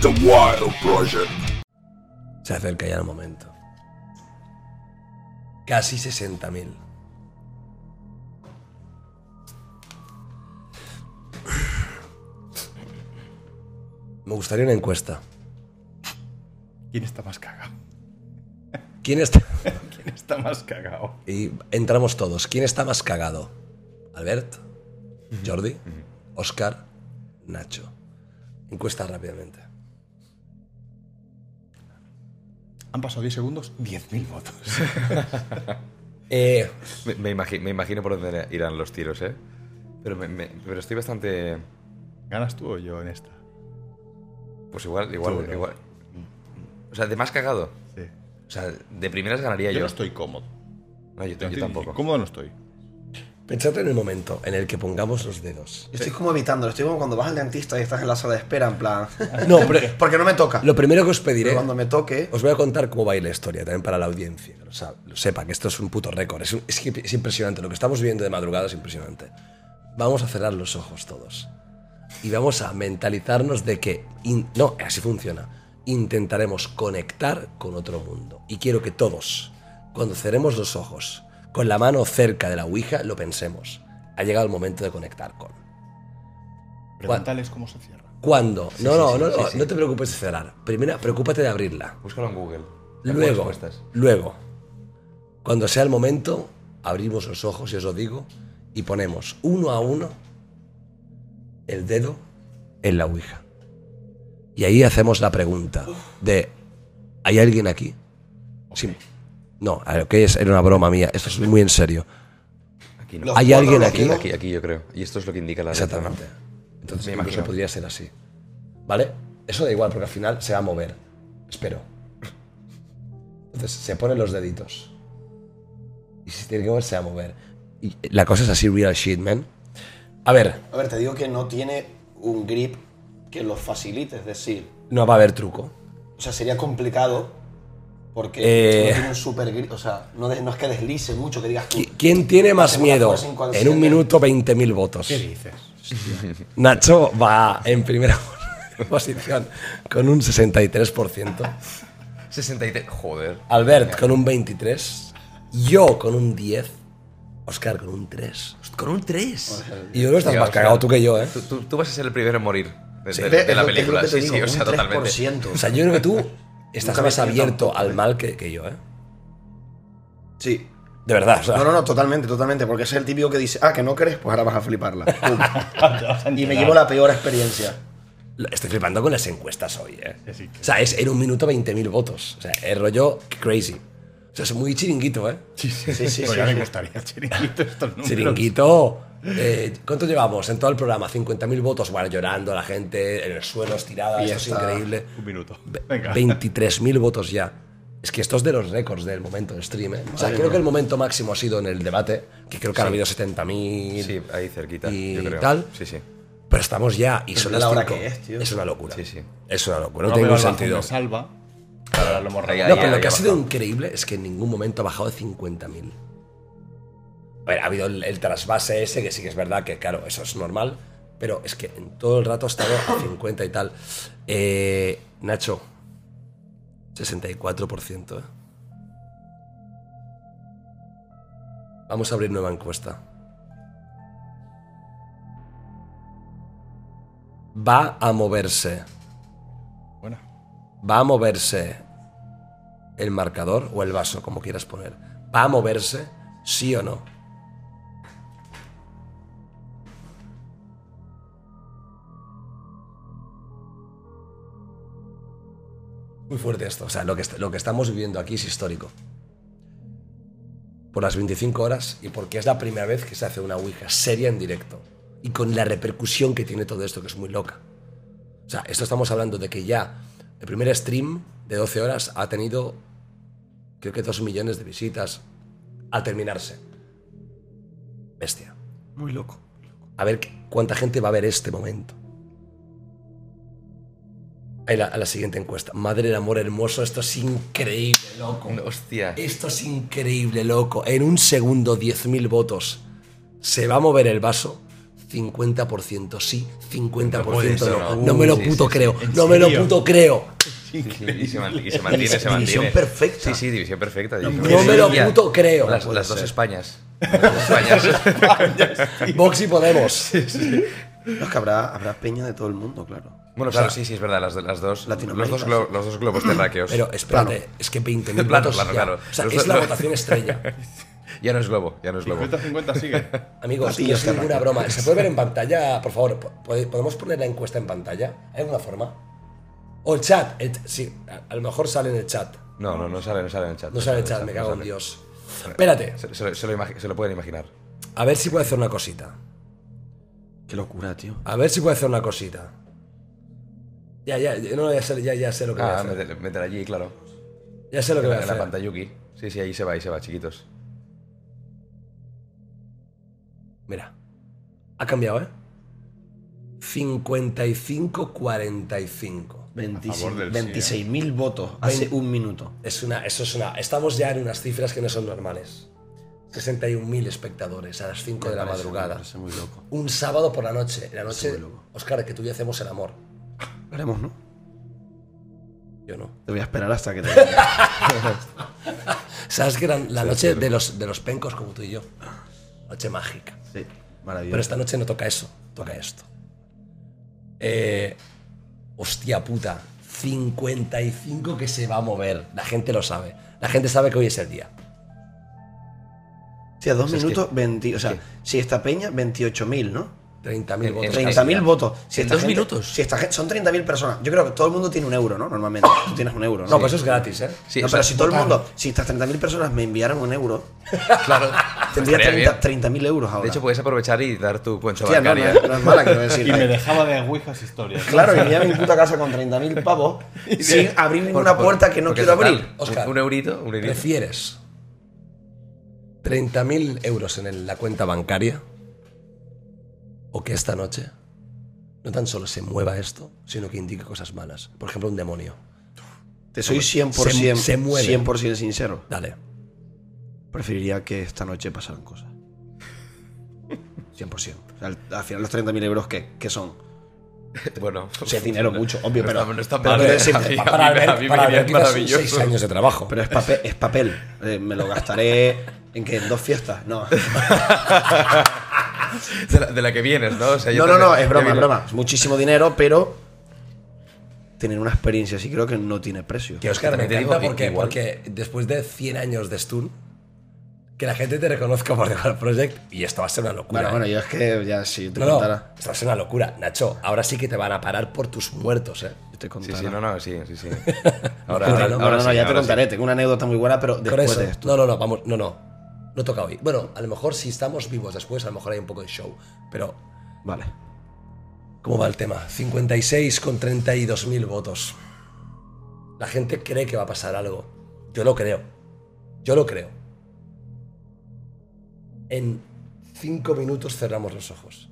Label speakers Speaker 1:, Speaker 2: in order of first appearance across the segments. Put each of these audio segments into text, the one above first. Speaker 1: The Wild Project.
Speaker 2: Se acerca ya el momento. Casi 60.000. Me gustaría una encuesta.
Speaker 3: ¿Quién está más cagado?
Speaker 2: ¿Quién está?
Speaker 3: ¿Quién está más cagado?
Speaker 2: Y entramos todos. ¿Quién está más cagado? ¿Albert? ¿Jordi? ¿Oscar? ¿Nacho? Encuesta rápidamente.
Speaker 3: Han pasado 10 segundos, 10.000 votos.
Speaker 2: Eh,
Speaker 4: Me, me imagi- me imagino por dónde irán los tiros, ¿eh? Pero, me- me- pero estoy bastante...
Speaker 3: ¿Ganas tú o yo en esta?
Speaker 4: Pues igual, igual,
Speaker 3: Tú, ¿no?
Speaker 4: igual. O sea, de más cagado.
Speaker 3: Sí.
Speaker 4: O sea, de primeras ganaría
Speaker 3: Yo,
Speaker 4: yo.
Speaker 3: no estoy cómodo.
Speaker 4: No, yo, yo
Speaker 3: Estoy-
Speaker 4: tampoco.
Speaker 3: Cómodo no estoy.
Speaker 2: pensad en el momento en el que pongamos los dedos.
Speaker 5: Yo estoy como evitándolo, estoy como cuando vas al dentista y estás en la sala de espera, en plan.
Speaker 2: No, pero
Speaker 5: Porque no me toca.
Speaker 2: lo primero que os pediré...
Speaker 5: Pero cuando me toque.
Speaker 2: Os voy a contar cómo va a ir la historia también para la audiencia. que Lo, sa- lo sepa, que esto es un puto récord. Es, un- es que es impresionante. Lo que estamos viviendo de madrugada es impresionante. Vamos a cerrar los ojos todos. Y vamos a mentalizarnos de que. in- no, así funciona. Intentaremos conectar con otro mundo. Y quiero que todos, cuando cerremos los ojos, con la mano cerca de la Ouija, lo pensemos. Ha llegado el momento de conectar con.
Speaker 3: Pregúntales cómo se cierra.
Speaker 2: ¿Cuándo? no,
Speaker 4: sí,
Speaker 2: no,
Speaker 4: sí,
Speaker 2: no,
Speaker 4: sí,
Speaker 2: no,
Speaker 4: sí.
Speaker 2: no te preocupes de cerrar. Primero, preocúpate de abrirla.
Speaker 4: Búscalo en Google. Ya pongo
Speaker 2: Luego,
Speaker 4: respuestas.
Speaker 2: luego, cuando sea el momento, abrimos los ojos, y os lo digo, y ponemos uno a uno el dedo en la Ouija. Y ahí hacemos la pregunta de, ¿hay alguien aquí? Sí. No, a ver, que es, era una broma mía, esto es muy en serio.
Speaker 4: Aquí
Speaker 5: Los
Speaker 4: no.
Speaker 2: ¿Hay
Speaker 5: cuatro
Speaker 2: alguien
Speaker 5: los
Speaker 2: aquí?
Speaker 5: dedos.
Speaker 4: Aquí, aquí yo creo. Y esto es lo que indica la letra, ¿no?
Speaker 2: Exactamente. Entonces,
Speaker 4: Me
Speaker 2: incluso
Speaker 4: imagino.
Speaker 2: podría ser así. ¿Vale? Eso da igual, porque al final se va a mover. Espero. Entonces, se ponen los deditos. Y si tiene que mover, se va a mover. Y la cosa es así, real shit, man. A ver,
Speaker 5: A ver, te digo que no tiene un grip que lo facilite, es decir,
Speaker 2: no va a haber truco.
Speaker 5: o sea, sería complicado porque
Speaker 2: Eh.
Speaker 5: no tiene un super grip, o sea, no, de- no es que deslice mucho, que digas tú.
Speaker 2: ¿Qui- ¿Quién tiene más
Speaker 5: Hacemos
Speaker 2: miedo?
Speaker 5: las fuerzas inconscientes.
Speaker 2: En un minuto, 20.000 votos.
Speaker 3: dices?
Speaker 2: Nacho va en primera posición con un 63%.
Speaker 4: 63. Joder.
Speaker 2: Ah, Albert con un 23, yo con un 10, Oscar con un 3.
Speaker 4: Con un 3.
Speaker 2: Y yo no pues estás
Speaker 4: Tío,
Speaker 2: más
Speaker 4: o sea,
Speaker 2: cagado tú que yo, ¿eh?
Speaker 4: Tú, tú- tú vas a ser el primero en morir de, de-
Speaker 5: Es
Speaker 4: de
Speaker 5: lo- es
Speaker 4: la
Speaker 5: lo que
Speaker 4: película.
Speaker 5: te
Speaker 4: Sí,
Speaker 5: digo,
Speaker 4: sí, o
Speaker 5: un
Speaker 4: sea, totalmente.
Speaker 5: 3%.
Speaker 2: O sea, yo creo que tú estás
Speaker 5: Nunca me
Speaker 2: más
Speaker 5: he sentido
Speaker 2: abierto
Speaker 5: tan
Speaker 2: al mal que, que yo, ¿eh?
Speaker 5: Sí.
Speaker 2: De verdad, o sea,
Speaker 5: No, no, no, totalmente, totalmente, porque es el típico que dice, ah, que no crees, pues ahora vas a fliparla. Pum. y me llevo la peor experiencia.
Speaker 2: lo- estoy flipando con las encuestas hoy, ¿eh?
Speaker 3: Sí, sí, que-
Speaker 2: O sea, es en un minuto 20.000 votos. O sea, es rollo crazy. O sea, es muy chiringuito, ¿eh?
Speaker 3: Sí, sí,
Speaker 5: Sí, sí,
Speaker 3: Pero
Speaker 5: sí,
Speaker 3: ya
Speaker 5: sí.
Speaker 3: me gustaría chiringuito estos números.
Speaker 2: Chiringuito. eh, ¿Cuánto llevamos en todo el programa? 50.000 votos. Bueno, llorando la gente, en el suelo estirada,
Speaker 5: Y
Speaker 2: esto es
Speaker 5: está.
Speaker 2: increíble.
Speaker 3: Un minuto.
Speaker 2: Ve-
Speaker 3: Venga.
Speaker 2: 23.000 votos ya. Es que esto es de los récords del momento del stream, ¿eh? O sea, creo que el momento máximo ha sido en el debate, que creo que han habido 70.000.
Speaker 4: Sí, ahí cerquita.
Speaker 2: Y
Speaker 4: yo creo.
Speaker 2: tal.
Speaker 4: Sí, sí.
Speaker 2: Pero estamos ya y son
Speaker 5: mira
Speaker 2: las
Speaker 5: la hora
Speaker 2: cinco.
Speaker 5: que es, tío.
Speaker 2: una locura.
Speaker 4: Sí, sí.
Speaker 2: Es una locura,
Speaker 3: Robert
Speaker 2: no, tiene ningún
Speaker 3: Albazán
Speaker 2: sentido.
Speaker 3: me salva. Ahora lo hemos
Speaker 4: Ahí,
Speaker 3: regalado.
Speaker 2: No,
Speaker 4: ahí,
Speaker 2: pero lo que ha
Speaker 4: ha
Speaker 2: sido
Speaker 4: bajado.
Speaker 2: increíble es que en ningún momento ha bajado de 50.000. A ver, ha habido el, el trasvase ese, que sí que es verdad que, claro, eso es normal, pero es que en todo el rato ha estado a 50 y tal. Eh, Nacho, 64%. ¿eh? Vamos a abrir nueva encuesta. Va a moverse
Speaker 3: Buena.
Speaker 2: va a moverse el marcador o el vaso, como quieras poner. ¿Va a moverse? ¿Sí o no? Muy fuerte esto. O sea, lo que, est- lo que estamos viviendo aquí es histórico. Por las 25 horas y porque es la primera vez que se hace una Ouija seria en directo. Y con la repercusión que tiene todo esto, que es muy loca. O sea, esto estamos hablando de que ya el primer stream de 12 horas ha tenido, creo que 2 millones de visitas al terminarse. Bestia.
Speaker 3: Muy loco.
Speaker 2: A ver qué- cuánta gente va a ver este momento. Ahí la, a la siguiente encuesta. Madre del amor hermoso, esto es increíble, loco.
Speaker 4: Hostia.
Speaker 2: Esto es increíble, loco. En un segundo, 10.000 votos. ¿Se va a mover el vaso? 50% sí, 50%
Speaker 4: No puede ser,
Speaker 2: no.
Speaker 4: ¿no?
Speaker 2: No me lo
Speaker 4: Sí, sí,
Speaker 2: puto
Speaker 4: sí.
Speaker 2: creo.
Speaker 3: ¿En
Speaker 2: No me lo
Speaker 3: serio?
Speaker 2: puto creo.
Speaker 4: Y se, man- y se mantiene, se
Speaker 5: División
Speaker 4: mantiene.
Speaker 5: perfecta.
Speaker 4: Sí, sí, división perfecta. No,
Speaker 2: puede ser. No me lo puto creo.
Speaker 4: Las,
Speaker 2: No puede
Speaker 4: las dos
Speaker 2: ser.
Speaker 4: Españas. Las dos Españas.
Speaker 2: Vox y Podemos.
Speaker 5: No, es que habrá, habrá peña de todo el mundo, claro.
Speaker 4: Bueno, claro, sí, sí, es verdad. Las, las dos, los,
Speaker 5: Latinoamérica,
Speaker 4: dos glo- los dos globos terráqueos.
Speaker 2: Pero espérate, es que 20.000
Speaker 4: Plano,
Speaker 2: votos
Speaker 4: plano,
Speaker 2: ya.
Speaker 4: plano.
Speaker 2: O sea,
Speaker 4: Los
Speaker 2: es
Speaker 4: dos-
Speaker 2: la
Speaker 4: los-
Speaker 2: votación estrella.
Speaker 4: Ya no es globo, ya no es globo.
Speaker 3: 50-50 sigue.
Speaker 2: Amigos, no
Speaker 5: Platillos
Speaker 2: es ninguna
Speaker 5: terráqueos.
Speaker 2: broma. ¿Se puede ver en pantalla? Por favor, po- po- ¿podemos poner la encuesta en pantalla? ¿Hay alguna forma? O el chat. el ch- sí, a- a lo mejor sale en el chat.
Speaker 4: No, no, no sale, no sale en el chat.
Speaker 2: No sale en el chat, me cago en Dios. Espérate,
Speaker 4: Se, se lo, se lo imagi- se lo pueden imaginar.
Speaker 2: a ver si puedo hacer una cosita.
Speaker 5: Qué locura, tío.
Speaker 2: A ver si puedo hacer una cosita. Ya, ya, ya, no, ya, sé, ya, ya sé lo que voy a
Speaker 4: Ah,
Speaker 2: hacer.
Speaker 4: meter, meter allí, claro.
Speaker 2: Ya sé lo que
Speaker 4: En
Speaker 2: voy
Speaker 4: la,
Speaker 2: a
Speaker 4: en la
Speaker 2: hacer.
Speaker 4: pantayuki. Sí, sí, ahí se va, ahí se va, chiquitos.
Speaker 2: Mira, ha cambiado, ¿eh? 55-45.
Speaker 5: 26
Speaker 3: favor del
Speaker 5: 26.000 votos hace un minuto.
Speaker 2: Es una, eso es una. Estamos ya en unas cifras que no son normales. 61.000 espectadores a las 5 de la
Speaker 5: Me parece- me
Speaker 2: madrugada.
Speaker 5: parece muy loco.
Speaker 2: Un sábado por la noche. La noche,
Speaker 5: muy loco.
Speaker 2: Oscar, que tú y yo hacemos el amor.
Speaker 5: Veremos, ¿no?
Speaker 2: Yo no.
Speaker 5: Te voy a esperar hasta que te...
Speaker 2: ¿Sabes que eran la noche de los, de los pencos como tú y yo? Noche mágica.
Speaker 5: sí,
Speaker 2: Pero
Speaker 5: maravilloso.
Speaker 2: esta noche no toca eso, toca esto. Eh, hostia puta, 55 que se va a mover. La gente lo sabe. La gente sabe que hoy es el día.
Speaker 5: Sí, a dos
Speaker 4: es
Speaker 5: minutos, 20... O sea, si esta peña, 28.000, ¿no?
Speaker 2: 30.000
Speaker 4: En-
Speaker 2: votos.
Speaker 4: en-
Speaker 5: 30.000 votos. Si
Speaker 2: En
Speaker 5: esta
Speaker 2: dos
Speaker 5: gente-
Speaker 2: minutos.
Speaker 5: Si esta gente, son 30.000 personas. Yo creo que todo el mundo tiene un euro, ¿no? Normalmente. Tú tienes un euro, ¿no?
Speaker 2: No, pues eso es gratis, ¿eh?
Speaker 4: Sí,
Speaker 5: No,
Speaker 4: o
Speaker 5: pero
Speaker 4: sea,
Speaker 5: si todo el
Speaker 4: votan.
Speaker 5: mundo, si estas 30.000 personas me enviaran un euro,
Speaker 4: Claro.
Speaker 5: tendría
Speaker 4: Estaría
Speaker 5: 30
Speaker 4: bien.
Speaker 5: 30.000 euros ahora.
Speaker 4: De hecho, puedes aprovechar y dar tu cuenta
Speaker 5: Hostia, no,
Speaker 4: bancaria.
Speaker 5: no, no es mala, quiero decir.
Speaker 3: Y me dejaba de ouijas historias.
Speaker 5: Claro, vivía en mi puta casa con 30.000 pavos sin abrir ninguna
Speaker 4: Por-
Speaker 5: puerta que no
Speaker 4: porque
Speaker 5: quiero
Speaker 4: total,
Speaker 5: abrir.
Speaker 4: un-
Speaker 2: Óscar.
Speaker 4: Un eurito, un eurito.
Speaker 2: ¿Prefieres 30.000 euros en el- la cuenta bancaria? ¿O que esta noche no tan solo se mueva esto, sino que indique cosas malas? Por ejemplo, un demonio.
Speaker 5: Te soy 100%,
Speaker 2: Se- se mueve.
Speaker 5: 100% sincero.
Speaker 2: Dale.
Speaker 5: Preferiría que esta noche pasaran cosas. 100%. O sea, al, al final los 30.000 euros, ¿qué? ¿Qué son?
Speaker 4: Bueno,
Speaker 5: O sea, es dinero mucho, obvio,
Speaker 4: no
Speaker 5: pero...
Speaker 4: está- no está
Speaker 5: pero
Speaker 4: mal,
Speaker 5: quiero
Speaker 4: eh,
Speaker 5: decirte,
Speaker 4: a mí-
Speaker 5: pa-
Speaker 2: Para
Speaker 4: me- a
Speaker 2: Albert,
Speaker 4: mí me
Speaker 2: para
Speaker 4: iría
Speaker 2: Albert Quizás son
Speaker 4: maravilloso.
Speaker 2: seis años de trabajo.
Speaker 5: Pero es papel, es papel. Eh, me lo gastaré en que en dos fiestas. No,
Speaker 4: de la, de la que vienes, ¿no? O sea, yo
Speaker 5: no, no, no,
Speaker 4: también-
Speaker 5: es broma,
Speaker 4: yo
Speaker 5: es
Speaker 4: vine-
Speaker 5: broma. Es muchísimo dinero, pero tener una experiencia así creo que no tiene precio.
Speaker 2: Que Oscar, me
Speaker 4: También te
Speaker 2: encanta
Speaker 4: digo que
Speaker 2: porque,
Speaker 4: igual-
Speaker 2: porque después de 100 años de Stun, que la gente te reconozca por The Wild Project, y esto va a ser una locura.
Speaker 5: Bueno,
Speaker 2: ¿eh?
Speaker 5: bueno, yo es que ya si te
Speaker 2: No, no,
Speaker 5: contara,
Speaker 2: esto va a ser una locura. Nacho, ahora sí que te van a parar por tus muertos, ¿eh?
Speaker 5: yo te
Speaker 4: Sí,
Speaker 5: contara.
Speaker 4: sí, no, no, sí, sí, sí.
Speaker 2: Ahora
Speaker 5: Ahora,
Speaker 2: no,
Speaker 5: ahora no,
Speaker 4: sí,
Speaker 5: ya te
Speaker 4: ahora sí.
Speaker 5: contaré. Tengo una anécdota muy buena, pero
Speaker 2: Con
Speaker 5: después
Speaker 2: eso.
Speaker 5: de esto.
Speaker 2: No, no, no, vamos, no, no. No toca hoy. Bueno, a lo mejor si estamos vivos después, a lo mejor hay un poco de show. Pero,
Speaker 5: Vale.
Speaker 2: ¿cómo va el tema? 56 con 32 mil votos. La gente cree que va a pasar algo. Yo lo creo. Yo lo creo. En cinco minutos cerramos los ojos.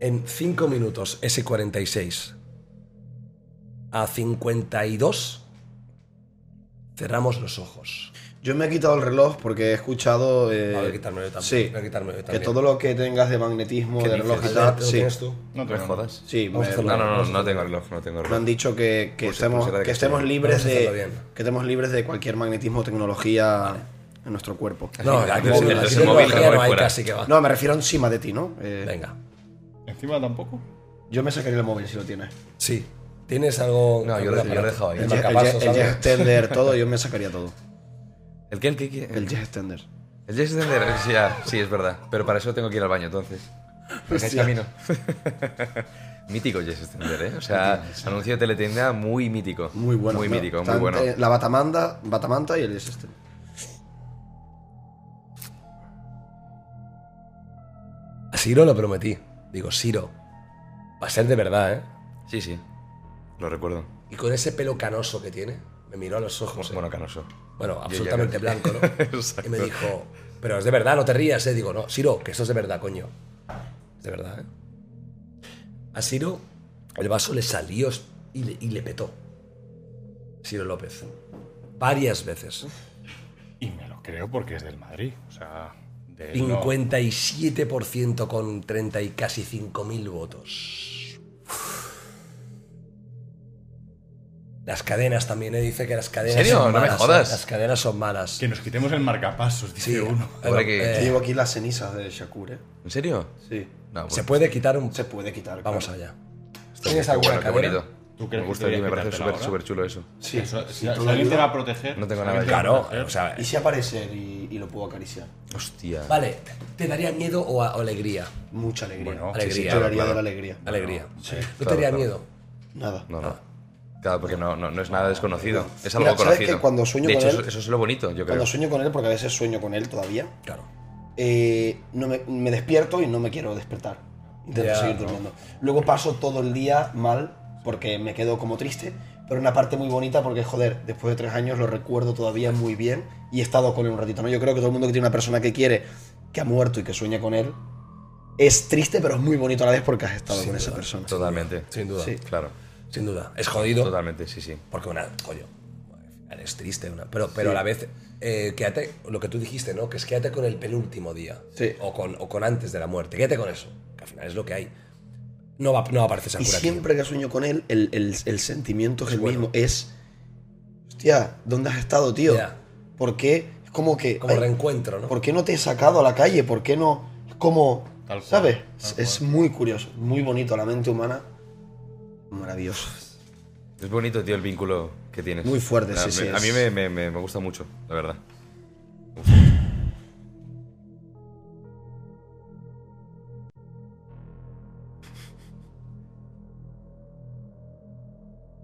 Speaker 2: En cinco minutos, ese 46 a 52, cerramos los ojos.
Speaker 5: Yo me he quitado el reloj porque he escuchado. eh,
Speaker 2: Voy a quitarme yo también.
Speaker 5: Sí.
Speaker 2: Voy a quitarme yo
Speaker 5: Que
Speaker 2: también.
Speaker 5: todo lo que tengas de magnetismo,
Speaker 4: ¿Qué
Speaker 5: de reloj y
Speaker 4: dices?
Speaker 5: tal.
Speaker 2: Alberto, ¿lo
Speaker 5: Sí,
Speaker 2: tienes tú?
Speaker 3: No te
Speaker 4: No me jodas.
Speaker 5: sí
Speaker 2: Vamos
Speaker 5: me-
Speaker 2: a hacerlo.
Speaker 4: No, no, no, no tengo reloj, no tengo
Speaker 5: me han
Speaker 4: reloj.
Speaker 5: dicho que, que
Speaker 4: Pulse-
Speaker 5: estemos,
Speaker 4: pulsera de
Speaker 5: que estemos
Speaker 4: cristal.
Speaker 5: libres
Speaker 2: Vamos a hacerlo
Speaker 5: de.
Speaker 2: bien.
Speaker 5: Que estemos libres de cualquier magnetismo o tecnología en nuestro cuerpo.
Speaker 2: No,
Speaker 4: Ese
Speaker 2: aquí, aquí
Speaker 4: móvil, ese
Speaker 2: tecnología
Speaker 4: móvil que voy
Speaker 2: no hay
Speaker 4: fuera.
Speaker 2: casi que va.
Speaker 5: No, me refiero encima de ti, ¿no? Eh,
Speaker 2: Venga.
Speaker 3: Encima tampoco.
Speaker 5: Yo me sacaría el móvil si lo tienes.
Speaker 2: Sí. ¿Tienes algo?
Speaker 4: No, yo lo- yo lo he dejado ahí.
Speaker 2: El
Speaker 5: El, jet- el jet-
Speaker 2: marcapasos,
Speaker 5: el jet
Speaker 2: algo?
Speaker 5: extender, todo, yo me sacaría todo.
Speaker 4: ¿El qué? ¿El qué? qué?
Speaker 5: El jet extender.
Speaker 4: El Jazz Extender, sí, ya, sí, es verdad. Pero para eso tengo que ir al baño, entonces. Porque hay
Speaker 5: Hostia.
Speaker 4: camino. mítico Jazz Extender, ¿eh? O sea, anuncio de teletienda muy mítico.
Speaker 5: Muy bueno.
Speaker 4: Muy
Speaker 5: ¿no?
Speaker 4: mítico, muy
Speaker 5: Tan-
Speaker 4: bueno.
Speaker 5: eh, La batamanda, batamanta y el jet extender.
Speaker 2: A Ciro lo prometí. Digo, Ciro, va a ser de verdad, ¿eh?
Speaker 4: Sí, sí. Lo recuerdo.
Speaker 2: Y con ese pelo canoso que tiene, me miró a los ojos. ¿eh?
Speaker 4: Bueno, canoso.
Speaker 2: Bueno,
Speaker 4: Yo ya
Speaker 2: absolutamente
Speaker 4: creo
Speaker 2: blanco, ¿no?
Speaker 4: que- Exacto.
Speaker 2: y me dijo, pero es de verdad, no te rías, ¿eh? Digo, no, Siro, que esto es de verdad, coño. Es de verdad, ¿eh? A Siro el vaso le salió y le, y le petó. Siro López. Varias veces.
Speaker 3: Y me lo creo porque es del Madrid. O sea, de no-
Speaker 2: 57% con 30 y casi 5.000 votos. Las cadenas también, ¿eh? dice que las cadenas
Speaker 4: serio?
Speaker 2: son
Speaker 4: No me
Speaker 2: malas. ¿eh?
Speaker 4: jodas.
Speaker 2: Las cadenas son malas.
Speaker 3: Que nos quitemos el marcapasos, dice
Speaker 2: Sí,
Speaker 3: uno.
Speaker 2: eh,
Speaker 4: Hombre, que-
Speaker 5: Yo
Speaker 2: eh,
Speaker 5: llevo aquí las cenizas de Shakur, ¿eh?
Speaker 4: ¿En serio?
Speaker 5: Sí.
Speaker 4: No,
Speaker 2: se
Speaker 4: bueno,
Speaker 2: puede quitar un...
Speaker 5: Se puede quitar.
Speaker 2: Vamos
Speaker 5: claro.
Speaker 2: allá.
Speaker 4: está
Speaker 2: ¿Tienes
Speaker 4: bien, qué
Speaker 2: alguna
Speaker 4: bueno, qué
Speaker 2: cadena?
Speaker 4: bonito.
Speaker 3: ¿Tú
Speaker 4: Me
Speaker 3: crees que
Speaker 4: gusta y me
Speaker 3: debería
Speaker 4: parece
Speaker 3: quitártela
Speaker 4: súper,
Speaker 3: ahora?
Speaker 4: súper chulo eso.
Speaker 5: Sí,
Speaker 3: Eso-
Speaker 5: si
Speaker 3: si,
Speaker 5: tú
Speaker 3: si
Speaker 5: lo
Speaker 3: alguien te va a
Speaker 5: ayudas-
Speaker 3: proteger.
Speaker 4: No tengo
Speaker 3: si
Speaker 4: nada
Speaker 3: alguien
Speaker 4: que-
Speaker 3: te va a
Speaker 2: Claro,
Speaker 3: proteger,
Speaker 2: o sea,
Speaker 5: Y si aparece él y, y lo puedo acariciar.
Speaker 4: Hostia.
Speaker 2: vale, ¿te daría miedo o, a- o alegría?
Speaker 5: Mucha alegría.
Speaker 3: Bueno,
Speaker 5: Sí, sí,
Speaker 2: alegría,
Speaker 5: lloraría
Speaker 4: claro.
Speaker 5: de la alegría.
Speaker 2: Alegría.
Speaker 5: Sí,
Speaker 2: ¿No
Speaker 4: claro,
Speaker 2: te daría
Speaker 4: claro.
Speaker 2: miedo?
Speaker 5: nada.
Speaker 4: No, no. Claro, porque no, no, no es nada desconocido. Es algo
Speaker 5: Ah. Mira, ¿sabes
Speaker 4: conocido.
Speaker 5: que cuando sueño
Speaker 4: de
Speaker 5: con
Speaker 4: hecho,
Speaker 5: él-
Speaker 4: eso, eso es lo bonito, yo creo.
Speaker 5: Cuando sueño con él, porque a veces sueño con él todavía,
Speaker 2: Claro.
Speaker 5: eh, no me, me despierto y no me quiero despertar. Intento
Speaker 2: Ya,
Speaker 5: seguir
Speaker 2: ¿no?
Speaker 5: durmiendo. Luego paso todo el día mal porque me quedo como triste, pero una parte muy bonita porque, joder, después de tres años lo recuerdo todavía muy bien y he estado con él un ratito. ¿no? Yo creo que todo el mundo que tiene una persona que quiere, que ha muerto y que sueña con él, es triste, pero es muy bonito a la vez porque has estado
Speaker 2: Sin
Speaker 5: con esa
Speaker 2: duda.
Speaker 5: persona.
Speaker 4: Totalmente.
Speaker 2: Sin duda.
Speaker 5: Sí.
Speaker 4: Claro.
Speaker 2: Sin duda. Es jodido.
Speaker 4: Totalmente, sí, sí.
Speaker 2: Porque una, coño, es triste, una, pero, pero a la vez, eh, quédate, lo que tú dijiste, ¿no? Que es quédate con el penúltimo día.
Speaker 5: Sí.
Speaker 2: O con, o con antes de la muerte. Quédate con eso, que al final es lo que hay. No va, no aparece
Speaker 5: Y
Speaker 2: Sakura aquí.
Speaker 5: siempre que sueño con él, el, el- el sentimiento es,
Speaker 2: Es
Speaker 5: el
Speaker 2: bueno.
Speaker 5: mismo. Es, hostia, ¿dónde has estado, tío?
Speaker 2: Ya.
Speaker 5: ¿Por qué? Es como que,
Speaker 2: Como
Speaker 5: ay,
Speaker 2: reencuentro, ¿no?
Speaker 5: ¿por qué no te he sacado a la calle? ¿Por qué no? Es como,
Speaker 3: Tal cual,
Speaker 5: ¿sabes?
Speaker 3: tal
Speaker 5: Es-
Speaker 3: cual.
Speaker 5: es muy curioso, muy bonito. La mente humana, maravilloso.
Speaker 4: Es bonito, tío, el vínculo que tienes.
Speaker 5: Muy fuerte, sí,
Speaker 4: me-
Speaker 5: sí,
Speaker 4: A
Speaker 5: es-
Speaker 4: mí me, me- me- me gusta mucho, la verdad.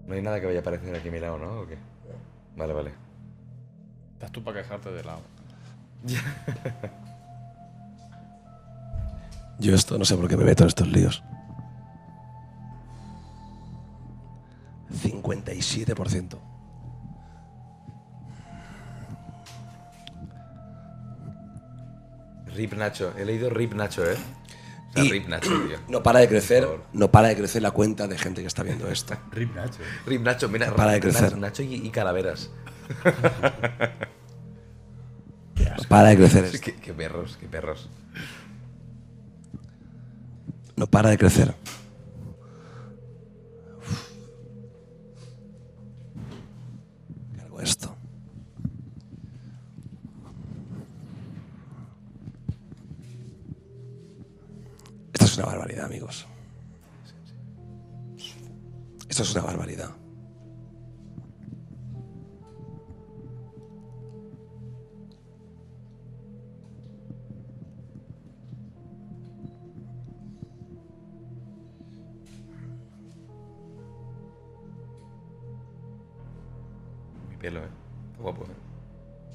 Speaker 4: No hay nada que vaya a aparecer aquí a mi lado, ¿no? ¿O qué? Vale, vale.
Speaker 3: Estás tú para quejarte de lado.
Speaker 2: Yo esto no sé por qué me meto en estos líos. 57%.
Speaker 4: Rip Nacho. He leído Rip Nacho, ¿eh? O sea,
Speaker 2: Y-
Speaker 4: Rip Nacho, tío.
Speaker 2: No para de crecer,
Speaker 4: Por favor.
Speaker 2: no para de crecer la cuenta de gente que está viendo esto.
Speaker 3: Rip Nacho.
Speaker 4: Rip Nacho, mira.
Speaker 2: Para de
Speaker 4: Rip
Speaker 2: crecer.
Speaker 4: Nacho- Nacho y, y calaveras.
Speaker 2: No para de crecer esto.
Speaker 4: qué, qué perros, qué perros.
Speaker 2: No para de crecer. Uf. Cargo esto. Esto es una barbaridad, amigos. Esto es una barbaridad.
Speaker 4: Mi pelo, ¿eh? Está guapo, ¿eh?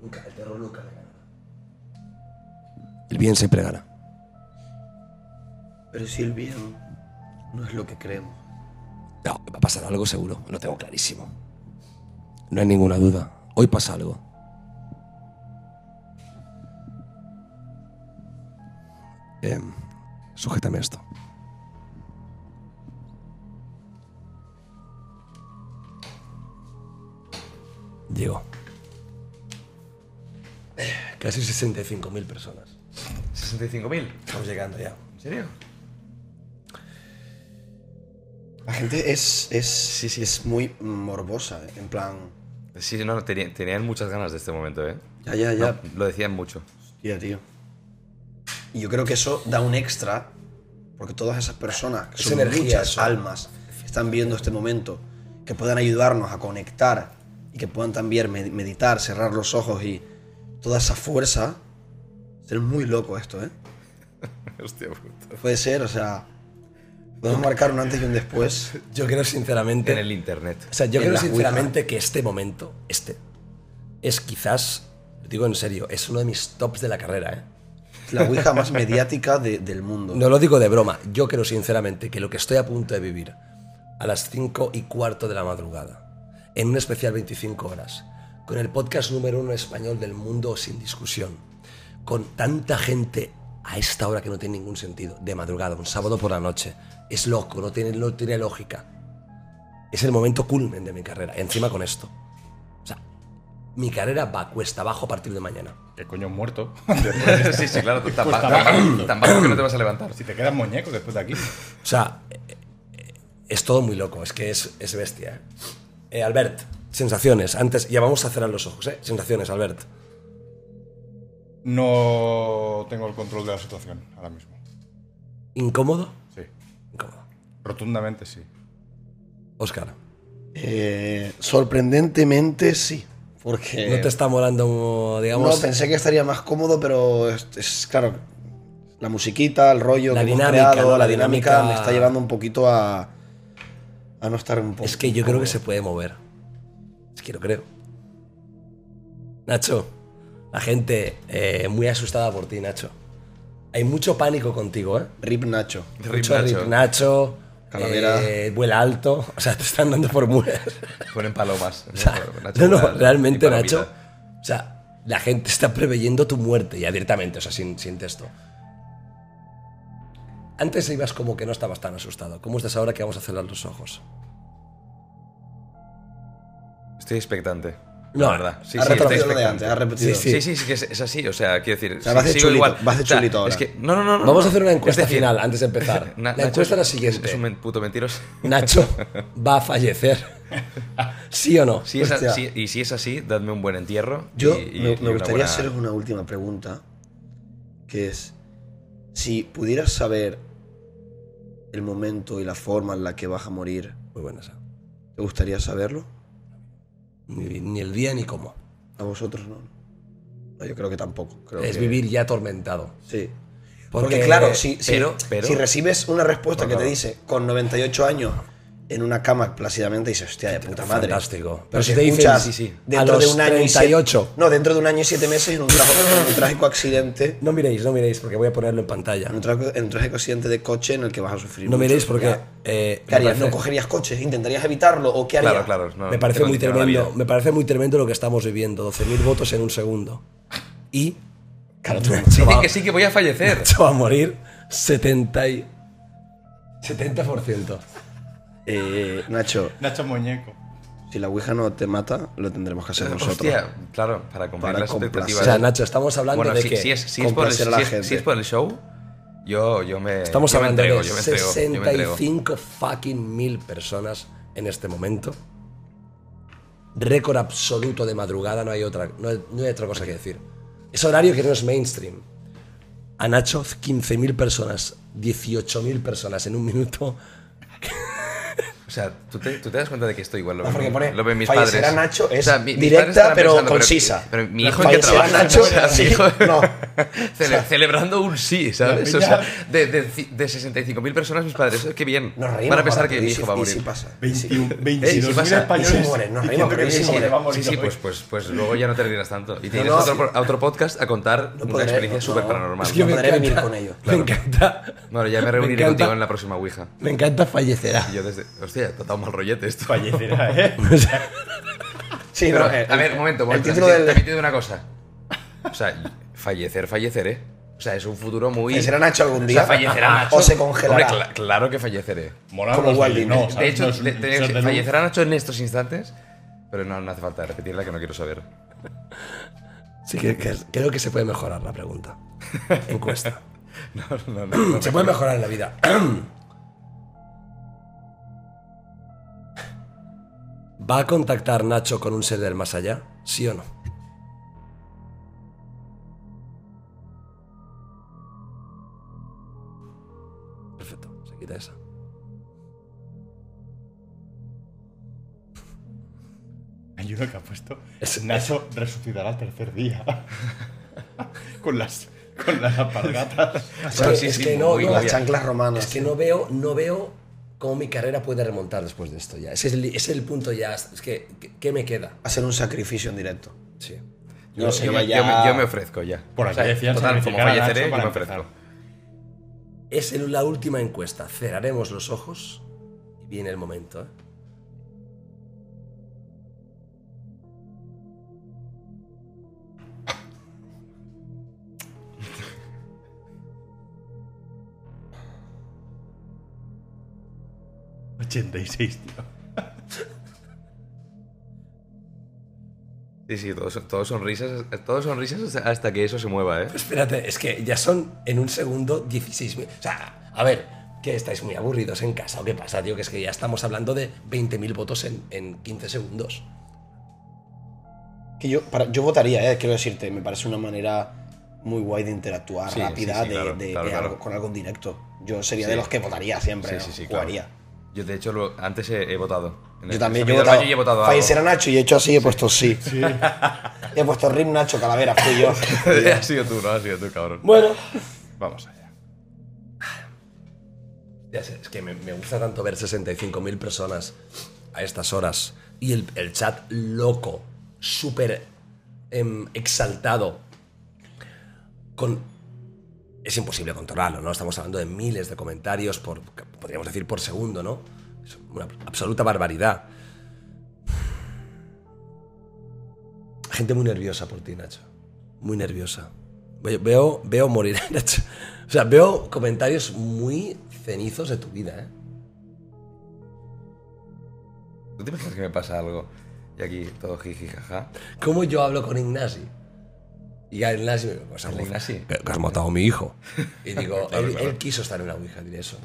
Speaker 2: Nunca, el terror nunca le gana. El bien siempre gana.
Speaker 5: Pero si el bien no es lo que creemos.
Speaker 2: No, va a pasar algo seguro, lo tengo clarísimo. No hay ninguna duda. Hoy pasa algo. Em, sujétame esto. Diego. Casi 65.000 personas.
Speaker 4: 65.000.
Speaker 2: Estamos llegando ya.
Speaker 4: ¿En serio?
Speaker 5: La gente es, es,
Speaker 4: sí.
Speaker 5: es muy morbosa, ¿eh? en plan,
Speaker 4: Sí, no, no, tenía- tenían muchas ganas de este momento, ¿eh?
Speaker 5: ya, ya, ya.
Speaker 4: No, lo decían mucho.
Speaker 5: Hostia, tío. Y yo creo que eso da un extra, porque todas esas personas, que
Speaker 2: Es
Speaker 5: son
Speaker 2: energía,
Speaker 5: muchas
Speaker 2: eso.
Speaker 5: almas, que están viendo este momento, que puedan ayudarnos a conectar y que puedan también med- meditar, cerrar los ojos y toda esa fuerza. Ser muy loco esto, ¿eh?
Speaker 4: Hostia puta.
Speaker 5: Puede ser, o sea, podemos marcar un antes y un después.
Speaker 2: Yo creo sinceramente...
Speaker 4: En el internet.
Speaker 2: O sea, yo
Speaker 5: En
Speaker 2: creo
Speaker 5: la
Speaker 2: sinceramente que este momento, este, es quizás, lo digo en serio, es uno de mis tops de la carrera, ¿eh?
Speaker 5: La Ouija más mediática de- del mundo.
Speaker 2: No lo digo de broma, yo creo sinceramente que lo que estoy a punto de vivir a las 5 y cuarto de la madrugada, en un especial 25 horas, con el podcast número uno en español del mundo sin discusión, con tanta gente a esta hora que no tiene ningún sentido, de madrugada, un sábado por la noche, es loco, no tiene, no tiene lógica. Es el momento culmen de mi carrera, encima con esto. mi carrera va cuesta abajo a partir de mañana.
Speaker 3: Que coño muerto.
Speaker 4: sí, sí, claro, tan,
Speaker 3: Cuesta
Speaker 4: ba-
Speaker 3: abajo.
Speaker 4: tan bajo que no te vas a levantar.
Speaker 3: si te quedan muñecos después de aquí.
Speaker 2: O sea, eh, eh, es todo muy loco, es que es, es bestia. ¿eh? Eh, Albert, sensaciones. Antes, ya vamos a cerrar los ojos, ¿eh? Sensaciones, Albert.
Speaker 3: No tengo el control de la situación ahora mismo.
Speaker 2: ¿Incómodo?
Speaker 3: Sí.
Speaker 2: Incómodo.
Speaker 3: Rotundamente sí.
Speaker 2: Oscar,
Speaker 5: Eh, sorprendentemente sí. Porque
Speaker 2: ¿no te está molando,
Speaker 5: Eh, No,
Speaker 2: digamos,
Speaker 5: pensé que estaría más cómodo, pero es, es, claro, la musiquita, el rollo
Speaker 2: La
Speaker 5: que hemos
Speaker 2: dinámica,
Speaker 5: creado,
Speaker 2: ¿no?
Speaker 5: la
Speaker 2: La
Speaker 5: dinámica,
Speaker 2: dinámica-
Speaker 5: me está llevando un poquito a, a no estar un poco.
Speaker 2: Es que yo creo que se puede mover. Es que lo creo. Nacho, la gente eh, muy asustada por ti, Nacho. Hay mucho pánico contigo, ¿eh?
Speaker 5: Rip Nacho.
Speaker 4: Rip
Speaker 2: mucho
Speaker 4: Nacho.
Speaker 2: Rip Nacho,
Speaker 5: Calavera.
Speaker 2: eh, vuela alto. O sea, te están dando por mujer.
Speaker 4: Ponen palomas. ¿no?
Speaker 2: O sea, no,
Speaker 4: Nacho
Speaker 2: no,
Speaker 4: Vidal y
Speaker 2: realmente,
Speaker 4: palomita.
Speaker 2: Nacho. O sea, la gente está preveyendo tu muerte ya directamente, o sea, sin, sin texto. Antes ibas como que no estabas tan asustado. ¿Cómo estás ahora que vamos a cerrar los ojos?
Speaker 4: Estoy expectante.
Speaker 2: No,
Speaker 4: la verdad. Sí,
Speaker 5: ha
Speaker 4: sí, estoy
Speaker 5: repetido lo de
Speaker 4: expectante.
Speaker 5: antes, ha repetido.
Speaker 2: Sí,
Speaker 4: Sí, sí, sí, que es, es así. O sea, quiero decir,
Speaker 5: sea, vas de
Speaker 4: sigo
Speaker 5: chulito,
Speaker 4: igual.
Speaker 5: vas de chulito ahora.
Speaker 4: Es que, no, no, no, no.
Speaker 2: Vamos
Speaker 4: no.
Speaker 2: a hacer una
Speaker 4: Es
Speaker 2: encuesta
Speaker 4: decir,
Speaker 2: final antes de empezar.
Speaker 4: Na-
Speaker 2: la
Speaker 4: Nacho
Speaker 2: encuesta es la
Speaker 4: es-
Speaker 2: siguiente.
Speaker 4: Es un men- puto mentiroso.
Speaker 2: Nacho va a fallecer. ¿Sí o no?
Speaker 4: Si es a-
Speaker 5: Hostia.
Speaker 4: si- y si es así, dadme un buen entierro.
Speaker 5: Yo
Speaker 4: y- y-
Speaker 5: me, me
Speaker 4: y una
Speaker 5: gustaría
Speaker 4: buena-
Speaker 5: haceros una última pregunta, que es, si pudieras saber el momento y la forma en la que vas a morir,
Speaker 2: Muy buena esa.
Speaker 5: ¿te gustaría saberlo?
Speaker 2: Ni, ni el día ni cómo.
Speaker 5: A vosotros no. No, yo creo que tampoco. Creo
Speaker 2: es
Speaker 5: que-
Speaker 2: vivir ya atormentado.
Speaker 5: Sí.
Speaker 2: Porque- eh,
Speaker 5: Porque, claro, si, si-
Speaker 4: pero- pero-
Speaker 5: si recibes una respuesta que
Speaker 4: Claro.
Speaker 5: te dice con 98 años en una cama plácidamente, dices, hostia, de puta madre.
Speaker 2: Fantástico. Pero,
Speaker 5: Pero
Speaker 2: si
Speaker 5: si
Speaker 2: te dicen
Speaker 5: escuchas
Speaker 4: sí, sí,
Speaker 2: a
Speaker 5: dentro
Speaker 2: los
Speaker 5: de un año y siete-
Speaker 2: 38.
Speaker 5: no, dentro de un año y siete meses en un, tra- en un trágico accidente.
Speaker 2: No miréis, no miréis, porque voy a ponerlo en pantalla.
Speaker 5: En un, tra- en un trágico accidente de coche en el que vas a sufrir.
Speaker 2: No
Speaker 5: mucho.
Speaker 2: miréis porque.
Speaker 5: Ya.
Speaker 2: eh,
Speaker 5: ¿Qué harías?
Speaker 2: me
Speaker 5: ¿No
Speaker 2: parece-
Speaker 5: cogerías coches? ¿Intentarías evitarlo? ¿O qué harías?
Speaker 4: Claro, claro. no,
Speaker 2: me
Speaker 4: no
Speaker 2: parece
Speaker 4: te
Speaker 2: muy
Speaker 4: condiciona la
Speaker 2: tremendo.
Speaker 4: vida.
Speaker 2: Me parece muy tremendo lo que estamos viviendo. 12.000 votos en un segundo. Y.
Speaker 5: Claro, tú-
Speaker 4: Dicen que sí, que voy a fallecer.
Speaker 2: Nacho va a morir 70 y. 70%.
Speaker 5: Eh, Nacho,
Speaker 3: Nacho Muñeco.
Speaker 5: si la Ouija no te mata, lo tendremos que hacer nosotros.
Speaker 4: Hostia, claro, para cumplir
Speaker 5: Para
Speaker 4: las
Speaker 5: complacer.
Speaker 4: expectativas.
Speaker 2: O sea, Nacho, estamos hablando
Speaker 4: bueno,
Speaker 2: de
Speaker 4: si,
Speaker 2: que.
Speaker 4: si es, si es por el,
Speaker 5: complacer a la
Speaker 4: si es-
Speaker 5: gente.
Speaker 4: si es por el show, yo, yo me.
Speaker 2: Estamos
Speaker 4: yo me
Speaker 2: hablando
Speaker 4: entrego,
Speaker 2: de
Speaker 4: yo me entrego, yo me entrego.
Speaker 2: 65 fucking mil personas en este momento. Récord absoluto de madrugada, no hay otra, no hay, no hay otra cosa que decir. Es horario que no es mainstream. A Nacho, 15.000 personas, 18.000 personas en un minuto.
Speaker 4: O sea, ¿tú te, tú te das cuenta de que esto igual lo,
Speaker 5: No,
Speaker 4: ven,
Speaker 5: porque pone,
Speaker 4: lo ven mis padres.
Speaker 5: fallecerá Nacho, es
Speaker 4: mi- mis
Speaker 5: directa,
Speaker 4: padres estarán
Speaker 5: pero
Speaker 4: pensando,
Speaker 5: concisa.
Speaker 4: Pero, mi hijo que
Speaker 5: Fallecerá
Speaker 4: trabaja.
Speaker 5: Nacho,
Speaker 4: o sea, mi
Speaker 5: sí,
Speaker 4: hijo-
Speaker 5: no.
Speaker 4: Cele- celebrando un sí, ¿sabes?
Speaker 3: La
Speaker 4: O
Speaker 3: peña-
Speaker 4: sea, de, de, ci- de 65.000 personas, mis padres. Qué bien.
Speaker 5: Nos reímos.
Speaker 4: Van a pensar
Speaker 5: barato,
Speaker 4: que
Speaker 5: y
Speaker 4: mi
Speaker 5: si-
Speaker 4: hijo va a
Speaker 5: y
Speaker 4: morir.
Speaker 5: si pasa. Y si-
Speaker 3: 22
Speaker 4: Eh, si pasa,
Speaker 3: españoles.
Speaker 5: y si muere, nos
Speaker 3: diciendo
Speaker 5: reímos, pero
Speaker 3: que
Speaker 5: y si
Speaker 3: mi hijo
Speaker 5: muere.
Speaker 3: le va a morir
Speaker 4: Sí, sí,
Speaker 3: hoy.
Speaker 4: pues, pues, pues luego ya no te rías tanto. Y tienes
Speaker 5: no,
Speaker 4: otro,
Speaker 5: sí.
Speaker 4: po- otro podcast a contar una
Speaker 5: podré,
Speaker 4: experiencia
Speaker 5: no,
Speaker 4: súper
Speaker 5: no.
Speaker 4: paranormal.
Speaker 5: Es que yo
Speaker 2: me
Speaker 5: podré
Speaker 2: encanta.
Speaker 5: vivir con ello.
Speaker 2: Me encanta.
Speaker 4: Bueno, ya me reuniré
Speaker 2: encanta.
Speaker 4: contigo en la próxima Ouija.
Speaker 2: Me encanta fallecerá.
Speaker 4: Y yo desde. Hostia, te ha dado mal rollete esto.
Speaker 3: Fallecerá, ¿eh?
Speaker 2: O sea,
Speaker 5: Sí,
Speaker 4: Pero,
Speaker 5: no, eh,
Speaker 4: a ver, un momento,
Speaker 5: El
Speaker 4: momento.
Speaker 5: título
Speaker 4: te- También
Speaker 5: del.
Speaker 4: te digo una cosa. O sea, fallecer, falleceré. O sea, es un futuro muy.
Speaker 5: Fallecerá Nacho algún
Speaker 4: O sea,
Speaker 5: día.
Speaker 4: fallecerá Nacho.
Speaker 5: O se congelará.
Speaker 4: Hombre, cla- claro que falleceré.
Speaker 3: Mola
Speaker 5: Como
Speaker 3: los
Speaker 5: Walt
Speaker 3: de-
Speaker 5: Disney.
Speaker 3: no,
Speaker 5: De
Speaker 4: De
Speaker 3: ¿sabes?
Speaker 4: hecho,
Speaker 3: No es-
Speaker 4: te-
Speaker 3: no
Speaker 4: te-
Speaker 3: es de
Speaker 4: fallecerá Nacho en estos instantes, pero no, no hace falta repetirla que no quiero saber.
Speaker 2: sí, que- que- creo que se puede mejorar la pregunta. Encuesta.
Speaker 4: No, no, no. no.
Speaker 2: Se puede mejorar en la vida. ¿Va a contactar Nacho con un ser del más allá? ¿Sí o no? Perfecto, se quita esa.
Speaker 3: Hay uno que ha puesto.
Speaker 2: Es-
Speaker 3: Nacho resucitará al tercer día. con las. Con las alpargatas.
Speaker 4: Sí, sí,
Speaker 2: es
Speaker 4: sí,
Speaker 2: que no,
Speaker 4: muy
Speaker 2: no,
Speaker 5: Las
Speaker 4: obvia.
Speaker 5: chanclas romanas.
Speaker 2: Es que no veo, no veo cómo mi carrera puede remontar después de esto ya. Ese es el, ese es el punto ya. Es que, ¿qué- ¿qué me queda?
Speaker 5: Hacer un sacrificio en directo.
Speaker 2: Sí.
Speaker 5: No
Speaker 4: Yo- yo,
Speaker 5: sería
Speaker 4: me,
Speaker 5: ya-
Speaker 4: yo me- yo me ofrezco ya.
Speaker 3: Por aquí decían
Speaker 4: total, como
Speaker 3: sacrificar a
Speaker 4: falleceré,
Speaker 3: Nacho
Speaker 4: yo
Speaker 3: para
Speaker 4: me ofrezco.
Speaker 3: empezar.
Speaker 2: Es el- la última encuesta. Cerraremos los ojos y viene el momento. ¿eh?
Speaker 4: Sí, sí, todos son- todos sonrisas, todos sonrisas hasta que eso se mueva, ¿eh?
Speaker 2: Espérate, es que ya son en un segundo 16.000. O sea, a ver, que estáis muy aburridos en casa o qué pasa, tío, que es que ya estamos hablando de 20.000 votos en, en 15 segundos.
Speaker 5: Que yo, para- yo votaría, eh, quiero decirte, me parece una manera muy guay de interactuar,
Speaker 4: Sí,
Speaker 5: rápida,
Speaker 4: sí, sí,
Speaker 5: de,
Speaker 4: claro,
Speaker 5: de-
Speaker 4: claro,
Speaker 5: de
Speaker 4: claro.
Speaker 5: algo- con algo en directo. Yo sería
Speaker 4: Sí.
Speaker 5: de los que votaría siempre,
Speaker 4: Sí, sí, sí, claro. este
Speaker 5: jugaría.
Speaker 4: Yo, de hecho, lo- antes he, he votado. En el-
Speaker 5: Yo también,
Speaker 4: en
Speaker 5: yo he
Speaker 4: el
Speaker 5: votado,
Speaker 4: baño y he votado algo.
Speaker 5: fallecer a Nacho y he hecho así, he puesto sí.
Speaker 3: Sí.
Speaker 5: He puesto Rim Nacho Calavera, fui yo.
Speaker 4: Ha sido tú, ¿no? Ha sido tú, cabrón.
Speaker 2: Bueno,
Speaker 3: Vamos allá.
Speaker 2: ya sé, es que me, me gusta tanto ver 65.000 personas a estas horas y el, el chat loco, súper em, exaltado, con... Es imposible controlarlo, ¿no? Estamos hablando de miles de comentarios, por, podríamos decir por segundo, ¿no? Es una absoluta barbaridad. Gente muy nerviosa por ti, Nacho. Muy nerviosa. Ve- Veo, veo morir a Nacho. O sea, veo comentarios muy cenizos de tu vida, ¿eh?
Speaker 4: ¿Tú te imaginas que me pasa algo? Y aquí todo jiji, jaja.
Speaker 2: ¿Cómo yo hablo con Ignasi? Y a Ignasi me digo,
Speaker 4: ¿El Ignasi?
Speaker 2: Que que has matado a mi hijo. Y digo,
Speaker 4: Claro,
Speaker 2: él,
Speaker 4: claro.
Speaker 2: él quiso estar en la Ouija, diré eso.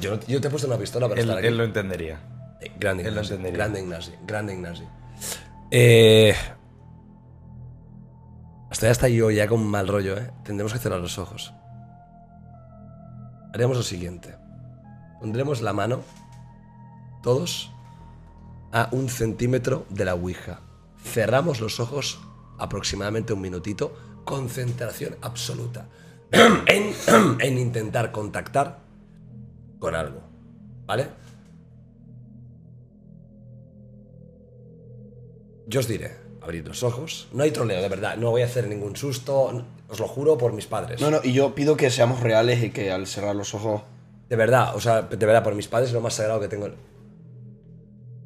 Speaker 2: Yo, no- yo te he puesto una pistola para
Speaker 4: Él,
Speaker 2: estar aquí.
Speaker 4: él lo entendería.
Speaker 2: Eh, grande
Speaker 4: él lo
Speaker 2: Ignasi,
Speaker 4: entendería.
Speaker 2: grande Ignasi, grande Ignasi. Eh, hasta hasta yo ya con mal rollo, ¿eh? Tendremos que cerrar los ojos. Haremos lo siguiente. Pondremos la mano, todos, a un centímetro de la Ouija. Cerramos los ojos aproximadamente un minutito. Concentración absoluta. en, en intentar contactar con algo. ¿Vale? Yo os diré, abrid los ojos. No hay troleo, de verdad. No voy a hacer ningún susto. n- Os lo juro por mis padres.
Speaker 5: No, no, y yo pido que seamos reales y que al cerrar los ojos.
Speaker 2: De verdad, o sea, de verdad, por mis padres es lo más sagrado que tengo.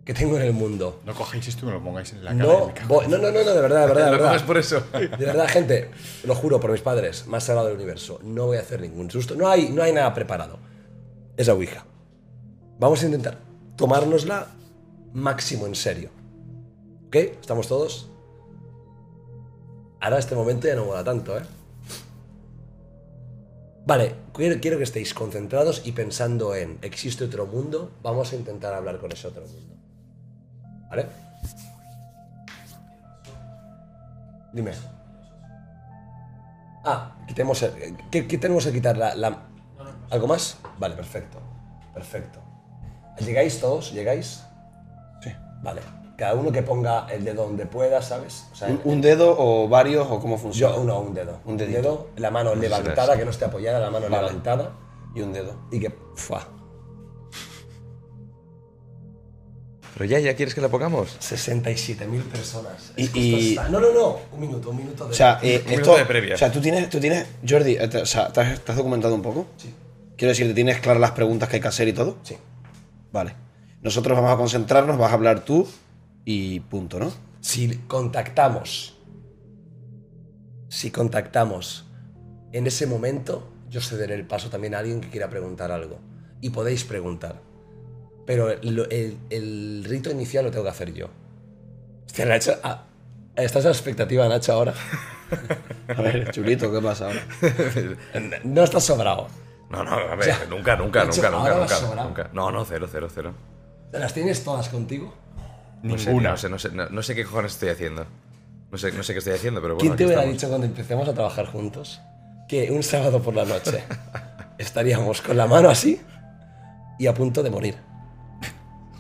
Speaker 2: Que tengo en el mundo.
Speaker 3: No cojáis esto y me lo pongáis en la cara.
Speaker 2: No,
Speaker 3: me cago
Speaker 2: voy- no, no, no, no, de verdad, de verdad. De
Speaker 4: lo coges
Speaker 2: verdad.
Speaker 4: por eso.
Speaker 2: De verdad, gente, lo juro por mis padres, más sagrado del universo. No voy a hacer ningún susto. No hay, no hay nada preparado. Es la Ouija. Vamos a intentar tomárnosla máximo en serio. ¿Ok? ¿Estamos todos? Ahora este momento ya no mola tanto, ¿eh? Vale, quiero, quiero que estéis concentrados y pensando en, ¿existe otro mundo? Vamos a intentar hablar con ese otro mundo. ¿Vale? Dime. Ah, quitemos el- ¿qué, qué tenemos que quitar? La, la- ¿Algo más? Vale, perfecto. Perfecto. ¿Llegáis todos? ¿Llegáis?
Speaker 5: Sí.
Speaker 2: Vale. Cada uno que ponga el dedo donde pueda, ¿sabes? O sea,
Speaker 5: Un, un dedo o varios o cómo funciona.
Speaker 2: yo, uno, un dedo.
Speaker 5: Un dedito. Pues
Speaker 2: dedo, la mano
Speaker 4: sé si
Speaker 2: levantada,
Speaker 4: es-
Speaker 2: que no esté apoyada, la mano
Speaker 5: Vale.
Speaker 2: levantada.
Speaker 5: Y un dedo.
Speaker 2: Y que. Fua,
Speaker 4: Pero ya, ya quieres que la pongamos.
Speaker 2: 67.000 personas.
Speaker 5: Y-
Speaker 2: Es que
Speaker 5: y-
Speaker 2: esto está- No, no, no. Un minuto, un minuto de.
Speaker 5: O sea, eh,
Speaker 4: Un minuto
Speaker 5: esto.
Speaker 4: de previa.
Speaker 5: O sea, tú tienes, tú tienes Jordi, eh, te- o sea, ¿te has, te has documentado un poco?
Speaker 2: Sí.
Speaker 5: Quiero decirte, ¿tienes claras las preguntas que hay que hacer y todo?
Speaker 2: Sí.
Speaker 5: Vale. Nosotros vamos a concentrarnos, vas a hablar tú y punto, ¿no?
Speaker 2: si contactamos, si contactamos en ese momento, yo cederé el paso también a alguien que quiera preguntar algo. Y podéis preguntar. Pero lo- el, el rito inicial lo tengo que hacer yo. Hostia, Nacho, ah, ¿estás a la expectativa, Nacho, ahora?
Speaker 5: A ver, chulito, ¿qué pasa ahora?
Speaker 2: No estás sobrado.
Speaker 4: No, no, a ver,
Speaker 2: sea,
Speaker 4: nunca, nunca,
Speaker 2: de hecho,
Speaker 4: nunca,
Speaker 2: ahora vas
Speaker 4: nunca, nunca,
Speaker 2: sobrado.
Speaker 4: nunca. No, no, cero, cero, cero.
Speaker 2: ¿Te ¿Las tienes todas contigo?
Speaker 4: No sé,
Speaker 3: Ninguna.
Speaker 4: No sé, no sé, no, no sé qué cojones estoy haciendo. No sé, no sé qué estoy haciendo, pero
Speaker 2: ¿Quién
Speaker 4: bueno.
Speaker 2: te
Speaker 4: aquí
Speaker 2: hubiera
Speaker 4: estamos.
Speaker 2: dicho cuando empecemos a trabajar juntos que un sábado por la noche estaríamos con la mano así y a punto de morir?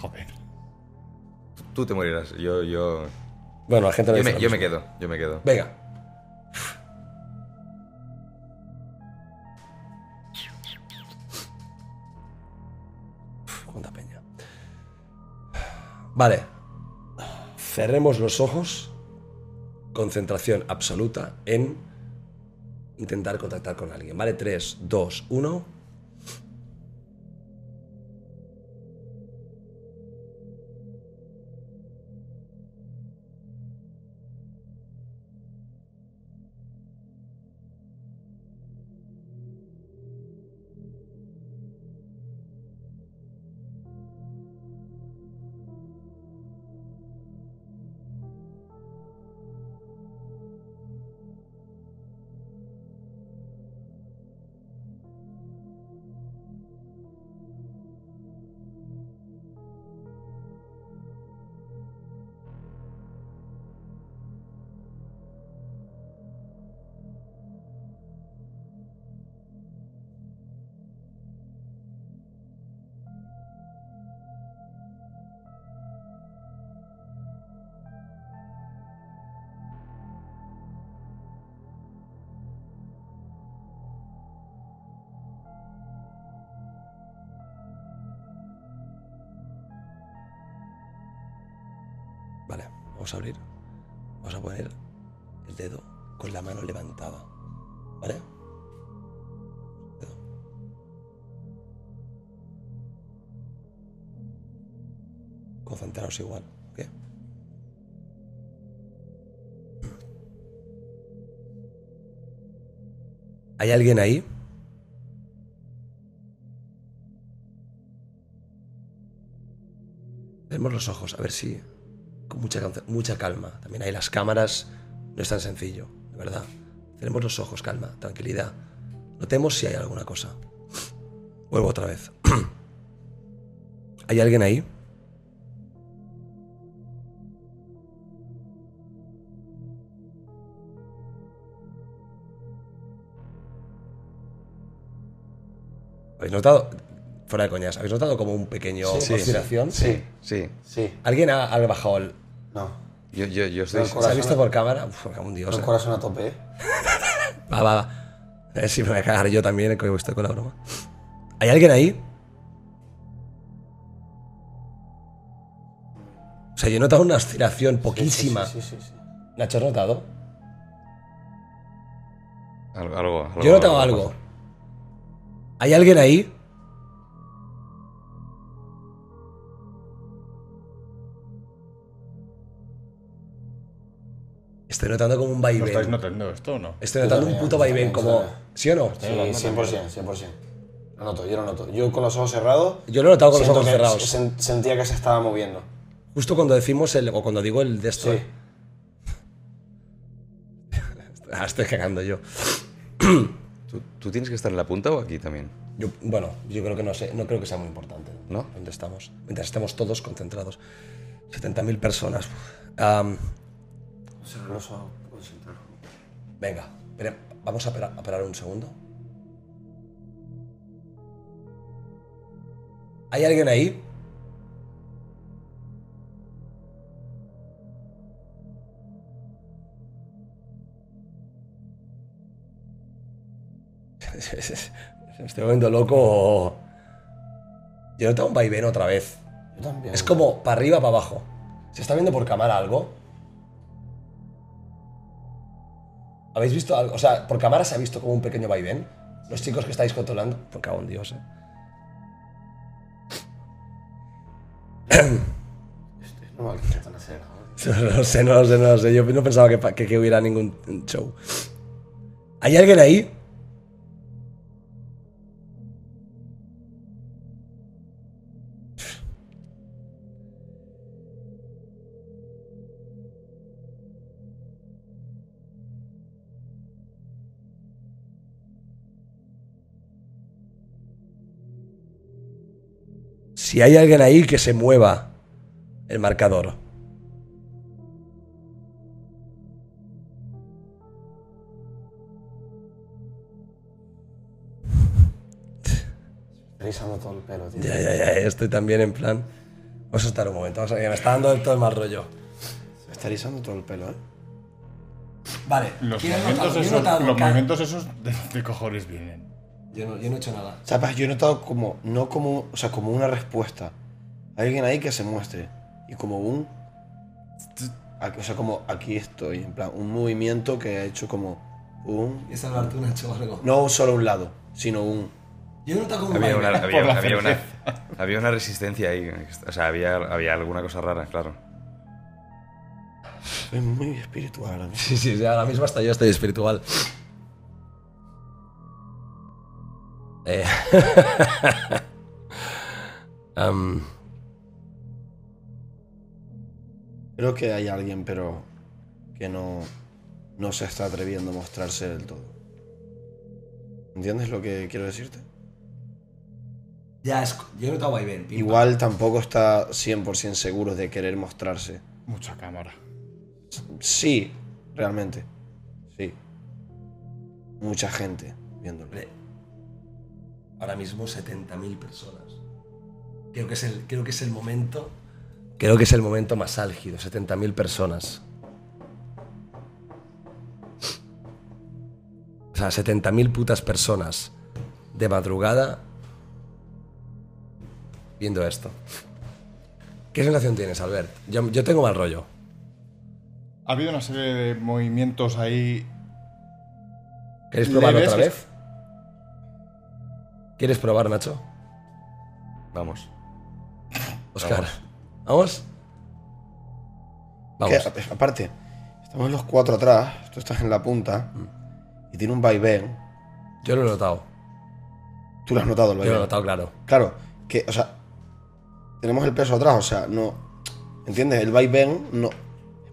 Speaker 3: Joder.
Speaker 4: Tú te morirás. Yo, yo.
Speaker 2: Bueno, la gente no
Speaker 4: Yo
Speaker 2: dice
Speaker 4: me,
Speaker 2: lo
Speaker 4: yo me
Speaker 2: mismo.
Speaker 4: quedo, yo me quedo.
Speaker 2: Venga. Uf, Cuánta peña. Vale. Cerremos los ojos. Concentración absoluta en intentar contactar con alguien. Vale, 3, 2, 1. Vale, vamos a abrir. Vamos a poner el dedo con la mano levantada. ¿Vale? Dedo. Concentraos igual, ¿ok? ¿Hay alguien ahí? Tenemos los ojos, a ver si. Con mucha, canc- mucha calma. También hay las cámaras, no es tan sencillo, de verdad. Tenemos los ojos, calma, tranquilidad. Notemos si hay alguna cosa. Vuelvo otra vez. ¿Hay alguien ahí? ¿Habéis notado? Fuera de coñas, ¿habéis notado como un pequeño
Speaker 5: Sí,
Speaker 2: oscilación?
Speaker 5: Sí,
Speaker 4: Sí.
Speaker 5: sí.
Speaker 2: ¿Alguien ha, ha bajado el...
Speaker 5: No.
Speaker 4: Yo, yo, yo
Speaker 5: No,
Speaker 4: estoy.
Speaker 5: el
Speaker 2: ¿Se ha
Speaker 5: corazón.
Speaker 2: visto por cámara? Uf, me cago en Dios.
Speaker 5: Con el
Speaker 2: eh.
Speaker 5: corazón a tope, ¿eh?
Speaker 2: Va, va, va. A ver si me voy a cagar yo también, que estoy con la broma. ¿Hay alguien ahí? O sea, yo he notado una oscilación poquísima.
Speaker 5: Sí, sí, sí, sí, sí.
Speaker 2: ¿Nacho has notado?
Speaker 4: Algo, algo, algo-
Speaker 2: Yo he notado algo. ¿Hay alguien ahí? Estoy notando como un
Speaker 3: ¿Lo estáis
Speaker 2: vaivén.
Speaker 3: notando esto o no?
Speaker 2: Estoy notando un puto vaivén, como. ¿Sí o no?
Speaker 5: Sí, 100%, 100%. Lo noto, yo lo noto. Yo con los ojos cerrados.
Speaker 2: Yo lo he notado con los
Speaker 5: siento
Speaker 2: ojos
Speaker 5: que-
Speaker 2: cerrados.
Speaker 5: sen- sentía que se estaba moviendo.
Speaker 2: Justo cuando decimos el, o cuando digo el de esto.
Speaker 5: Sí.
Speaker 2: Ah, estoy cagando yo.
Speaker 4: ¿Tú, tú tienes que estar en la punta o aquí también?
Speaker 2: Yo- Bueno, yo creo que no sé, no creo que sea muy importante.
Speaker 4: ¿No?
Speaker 2: Donde estamos. Mientras estemos todos concentrados. 70.000 personas. Am,
Speaker 5: Cerrar los ojos, concentrar.
Speaker 2: venga, espera, vamos a parar, a parar un segundo. ¿Hay alguien ahí? Me estoy volviendo loco. Yo noto un vaivén otra vez.
Speaker 5: Yo también.
Speaker 2: Es como para arriba, para abajo. ¿Se está viendo por cámara algo? ¿Habéis visto algo? O sea, por cámara se ha visto como un pequeño vaivén. Los chicos que estáis controlando. Por cago en Dios, eh.
Speaker 5: Es normal que esté tan acelerado.
Speaker 2: No lo sé, no lo sé, no lo sé. Yo no pensaba que, pa- que- que hubiera ningún show. ¿Hay alguien ahí? Si hay alguien ahí que se mueva el marcador.
Speaker 5: Rizando todo el pelo, tío.
Speaker 2: Ya, ya, ya, estoy también en plan. Vamos a estar un momento, vamos a- que me está dando del todo el mal rollo.
Speaker 5: Me está rizando todo el pelo, ¿eh?
Speaker 2: Vale,
Speaker 3: Los
Speaker 2: ¿quién ha
Speaker 3: movimientos
Speaker 2: notado? Yo he
Speaker 3: esos,
Speaker 2: notado,
Speaker 3: los
Speaker 2: ca-
Speaker 3: movimientos esos de, de cojones vienen.
Speaker 2: Yo no, yo no he hecho nada.
Speaker 5: Sabes, yo he notado como, no como, o sea, como una respuesta. Alguien ahí que se muestre. Y como un... a- O sea, como aquí estoy, en plan, un movimiento que ha hecho como un...
Speaker 2: Es hablar tú, Nacho, algo.
Speaker 5: No solo un lado, sino un...
Speaker 2: Yo he notado como un
Speaker 4: Había una,
Speaker 2: vaivén.
Speaker 4: había,
Speaker 3: Por la
Speaker 4: había una, había una resistencia ahí. O sea, había, había alguna cosa rara, claro.
Speaker 5: Soy muy espiritual ahora mismo.
Speaker 2: Sí, sí, sí, ahora mismo hasta yo estoy espiritual. Eh. Am,
Speaker 5: Creo que hay alguien, pero que no, no se está atreviendo a mostrarse del todo. ¿Entiendes lo que quiero decirte?
Speaker 2: ya, es, yo he notado vaivén. pim,
Speaker 5: Igual tampoco está 100% seguro de querer mostrarse.
Speaker 3: Mucha cámara.
Speaker 5: Sí, realmente. Sí. Mucha gente viéndolo.
Speaker 2: Hombre, ahora mismo 70.000 personas. Creo que, es el, creo que es el momento. Creo que es el momento más álgido, 70.000 personas. O sea, 70.000 putas personas de madrugada viendo esto. ¿Qué sensación tienes, Albert? Yo, yo tengo mal rollo.
Speaker 3: Ha habido una serie de movimientos ahí.
Speaker 2: ¿Queréis probarlo
Speaker 3: leves
Speaker 2: otra
Speaker 3: que-
Speaker 2: vez? ¿Quieres probar, Nacho?
Speaker 4: Vamos.
Speaker 2: Oscar. ¿Vamos? Vamos.
Speaker 5: Que, a- aparte, estamos los cuatro atrás, tú estás en la punta
Speaker 2: Mm.
Speaker 5: y tiene un vaivén.
Speaker 2: Yo lo he notado.
Speaker 5: Tú lo has notado el
Speaker 2: Yo lo he
Speaker 5: vaivén.
Speaker 2: notado, claro.
Speaker 5: Claro, que, o sea, tenemos el peso atrás, o sea, no. ¿Entiendes? El vaivén no.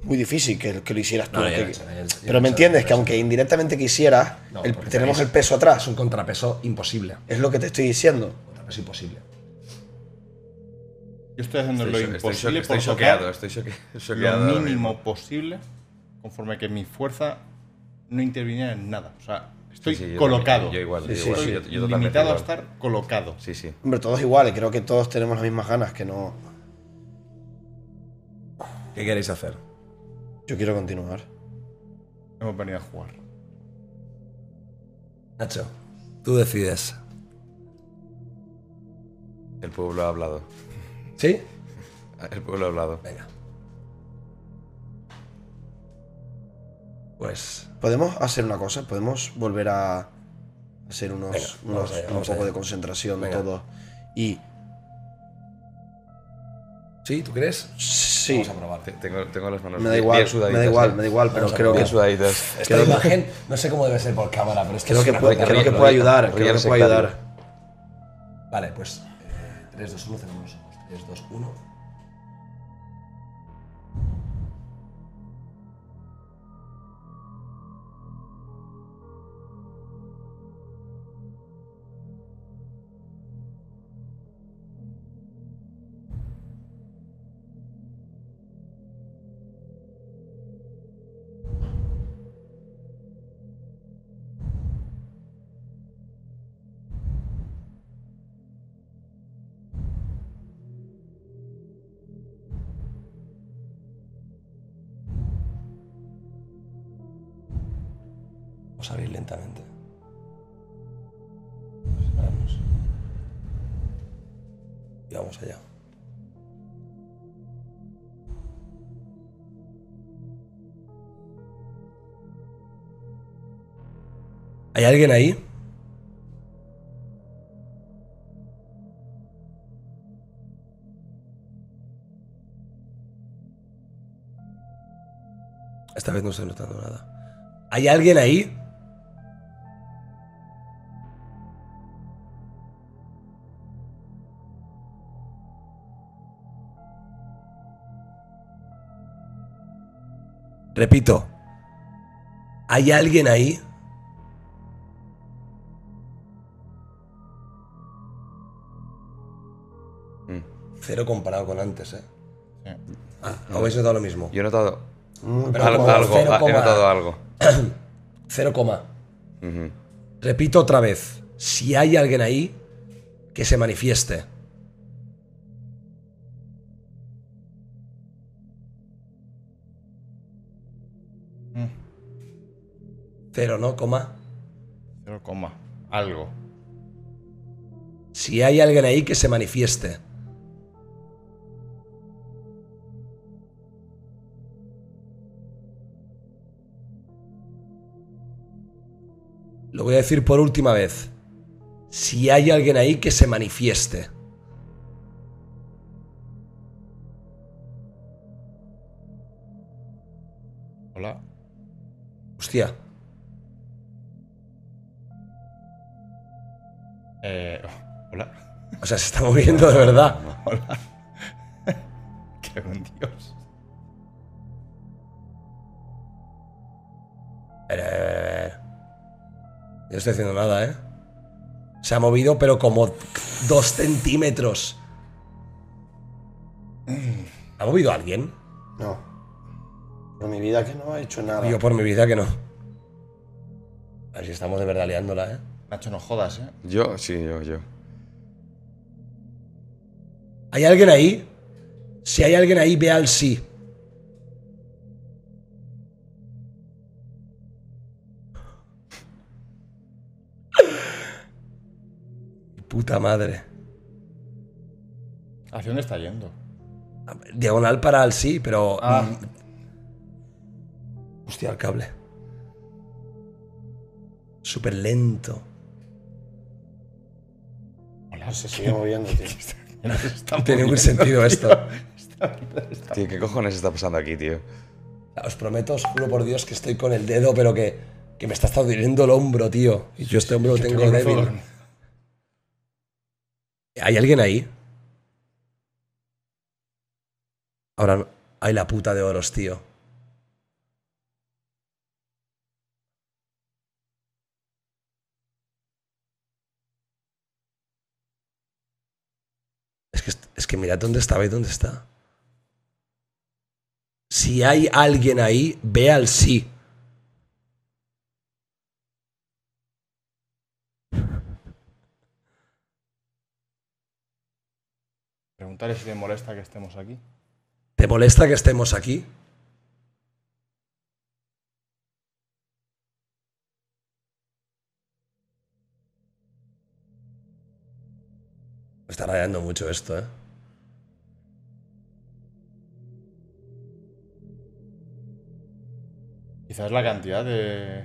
Speaker 5: Es muy difícil que, que lo hicieras tú.
Speaker 2: No, yo
Speaker 5: que-
Speaker 2: lo he hecho, yo lo he hecho, yo lo
Speaker 5: pero
Speaker 2: he
Speaker 5: me
Speaker 2: hecho, yo
Speaker 5: entiendes
Speaker 2: lo
Speaker 5: que
Speaker 2: he hecho.
Speaker 5: aunque indirectamente quisieras,
Speaker 2: No,
Speaker 5: el-
Speaker 2: porque
Speaker 5: tenemos
Speaker 2: tenéis-
Speaker 5: el peso atrás.
Speaker 2: Es un contrapeso imposible.
Speaker 5: Es lo que te estoy diciendo.
Speaker 2: Contrapeso imposible.
Speaker 3: Yo estoy haciendo
Speaker 4: Estoy
Speaker 3: lo
Speaker 4: cho- estoy cho-
Speaker 3: imposible
Speaker 4: estoy
Speaker 3: por tocar
Speaker 4: choqueado, estoy choque- choqueado.
Speaker 3: lo
Speaker 4: ahora
Speaker 3: mínimo
Speaker 4: mismo.
Speaker 3: posible conforme que mi fuerza no interviniera en nada. O sea, estoy
Speaker 4: Sí, sí, yo
Speaker 3: colocado.
Speaker 4: también, yo igual,
Speaker 5: Sí,
Speaker 4: yo
Speaker 5: sí,
Speaker 4: igual,
Speaker 5: sí.
Speaker 4: yo- yo
Speaker 3: Estoy
Speaker 4: totalmente
Speaker 3: limitado a
Speaker 4: igual.
Speaker 3: estar colocado.
Speaker 4: Sí, sí.
Speaker 5: Hombre, todos iguales, creo que todos tenemos las mismas ganas, que no.
Speaker 2: ¿Qué queréis hacer?
Speaker 5: Yo quiero continuar.
Speaker 3: Hemos venido a jugar.
Speaker 2: Nacho, tú decides.
Speaker 4: El pueblo ha hablado.
Speaker 2: ¿Sí?
Speaker 4: El pueblo ha hablado.
Speaker 2: Venga. Pues
Speaker 5: ¿Podemos hacer una cosa? ¿Podemos volver a hacer unos,
Speaker 2: Venga,
Speaker 5: unos-
Speaker 2: vamos allá,
Speaker 5: un
Speaker 2: vamos
Speaker 5: poco
Speaker 2: allá.
Speaker 5: de concentración
Speaker 2: Venga.
Speaker 5: todos? Y
Speaker 2: ¿Sí? ¿Tú crees?
Speaker 5: sí,
Speaker 2: Vamos a probar.
Speaker 4: Te- Tengo, tengo las manos
Speaker 5: me da
Speaker 4: bien-
Speaker 5: igual,
Speaker 4: bien
Speaker 5: me
Speaker 4: sudaditas.
Speaker 5: da
Speaker 4: ¿eh?
Speaker 5: igual, me da igual, pero
Speaker 2: Vamos a
Speaker 5: creo
Speaker 4: Bien
Speaker 5: que,
Speaker 4: sudaditas.
Speaker 2: Esta
Speaker 5: Creo que-
Speaker 2: imagen no sé cómo debe ser por cámara, pero es que
Speaker 5: creo
Speaker 2: es
Speaker 5: que
Speaker 2: una
Speaker 5: puede,
Speaker 2: cosa
Speaker 5: creo que
Speaker 4: ríe-
Speaker 5: puede
Speaker 4: ríe-
Speaker 5: ayudar,
Speaker 4: ríe
Speaker 5: creo que puede
Speaker 4: sectario.
Speaker 5: ayudar.
Speaker 2: Vale, pues eh, 3, 2, 1, cerramos los ojos. 3, 2, 1. Vamos a abrir lentamente. Nos separamos. Y vamos allá. ¿Hay alguien ahí? Esta vez no estoy notando nada. ¿Hay alguien ahí? Repito, ¿hay alguien ahí?
Speaker 4: Mm.
Speaker 2: Cero comparado con antes, ¿eh?
Speaker 3: Sí.
Speaker 2: Ah, habéis notado lo mismo.
Speaker 4: Yo he notado
Speaker 5: Mm,
Speaker 2: Pero
Speaker 4: algo.
Speaker 2: como
Speaker 4: algo,
Speaker 2: cero
Speaker 4: ah, he
Speaker 2: coma-
Speaker 4: notado algo.
Speaker 2: Cero coma.
Speaker 4: Ujú.
Speaker 2: Repito otra vez, si hay alguien ahí, que se manifieste.
Speaker 3: Mm,
Speaker 2: Cero, ¿no? Coma.
Speaker 3: Cero coma. Algo.
Speaker 2: Si hay alguien ahí, que se manifieste. Lo voy a decir por última vez. Si hay alguien ahí, que se manifieste.
Speaker 3: Hola.
Speaker 2: Hostia,
Speaker 3: Eh, oh, hola.
Speaker 2: o sea, se está moviendo de verdad.
Speaker 3: Hola. Creo en Dios.
Speaker 2: A ver, a ver, a ver. Yo no estoy haciendo nada, ¿eh? Se ha movido, pero como dos centímetros. ¿Ha movido alguien?
Speaker 5: No. Por mi vida que no he hecho nada.
Speaker 2: Ah, Yo por mi vida que no. A ver si estamos de verdad liándola, ¿eh?
Speaker 3: Nacho, no jodas, ¿eh?
Speaker 4: Yo, sí, yo, yo.
Speaker 2: ¿Hay alguien ahí? Si hay alguien ahí, vea al sí. Puta madre.
Speaker 3: ¿Hacia dónde está yendo?
Speaker 2: Diagonal para el sí, pero
Speaker 3: Ah.
Speaker 2: mm, Hostia, el cable. Súper lento.
Speaker 3: Hola,
Speaker 5: No se sigue moviendo, tío.
Speaker 3: está
Speaker 2: Tiene
Speaker 3: muy
Speaker 2: un
Speaker 3: bien,
Speaker 2: sentido
Speaker 3: tío.
Speaker 2: esto.
Speaker 3: Está bien, está
Speaker 4: Tío, ¿qué cojones está pasando aquí, tío?
Speaker 2: Os prometo, os juro por Dios que estoy con el dedo, pero que, que me está hasta doliendo el hombro, tío. Y yo este hombro lo
Speaker 3: bien.
Speaker 2: tengo
Speaker 3: Por favor.
Speaker 2: débil. ¿Hay alguien ahí? Ahora no. Ay, la puta de oros, tío. Es que, es que mirad dónde estaba y dónde está. Si hay alguien ahí, ve al sí.
Speaker 3: Preguntaré si te molesta que estemos aquí.
Speaker 2: ¿Te molesta que estemos aquí? Me está rayando mucho esto, ¿eh?
Speaker 3: Quizás la cantidad de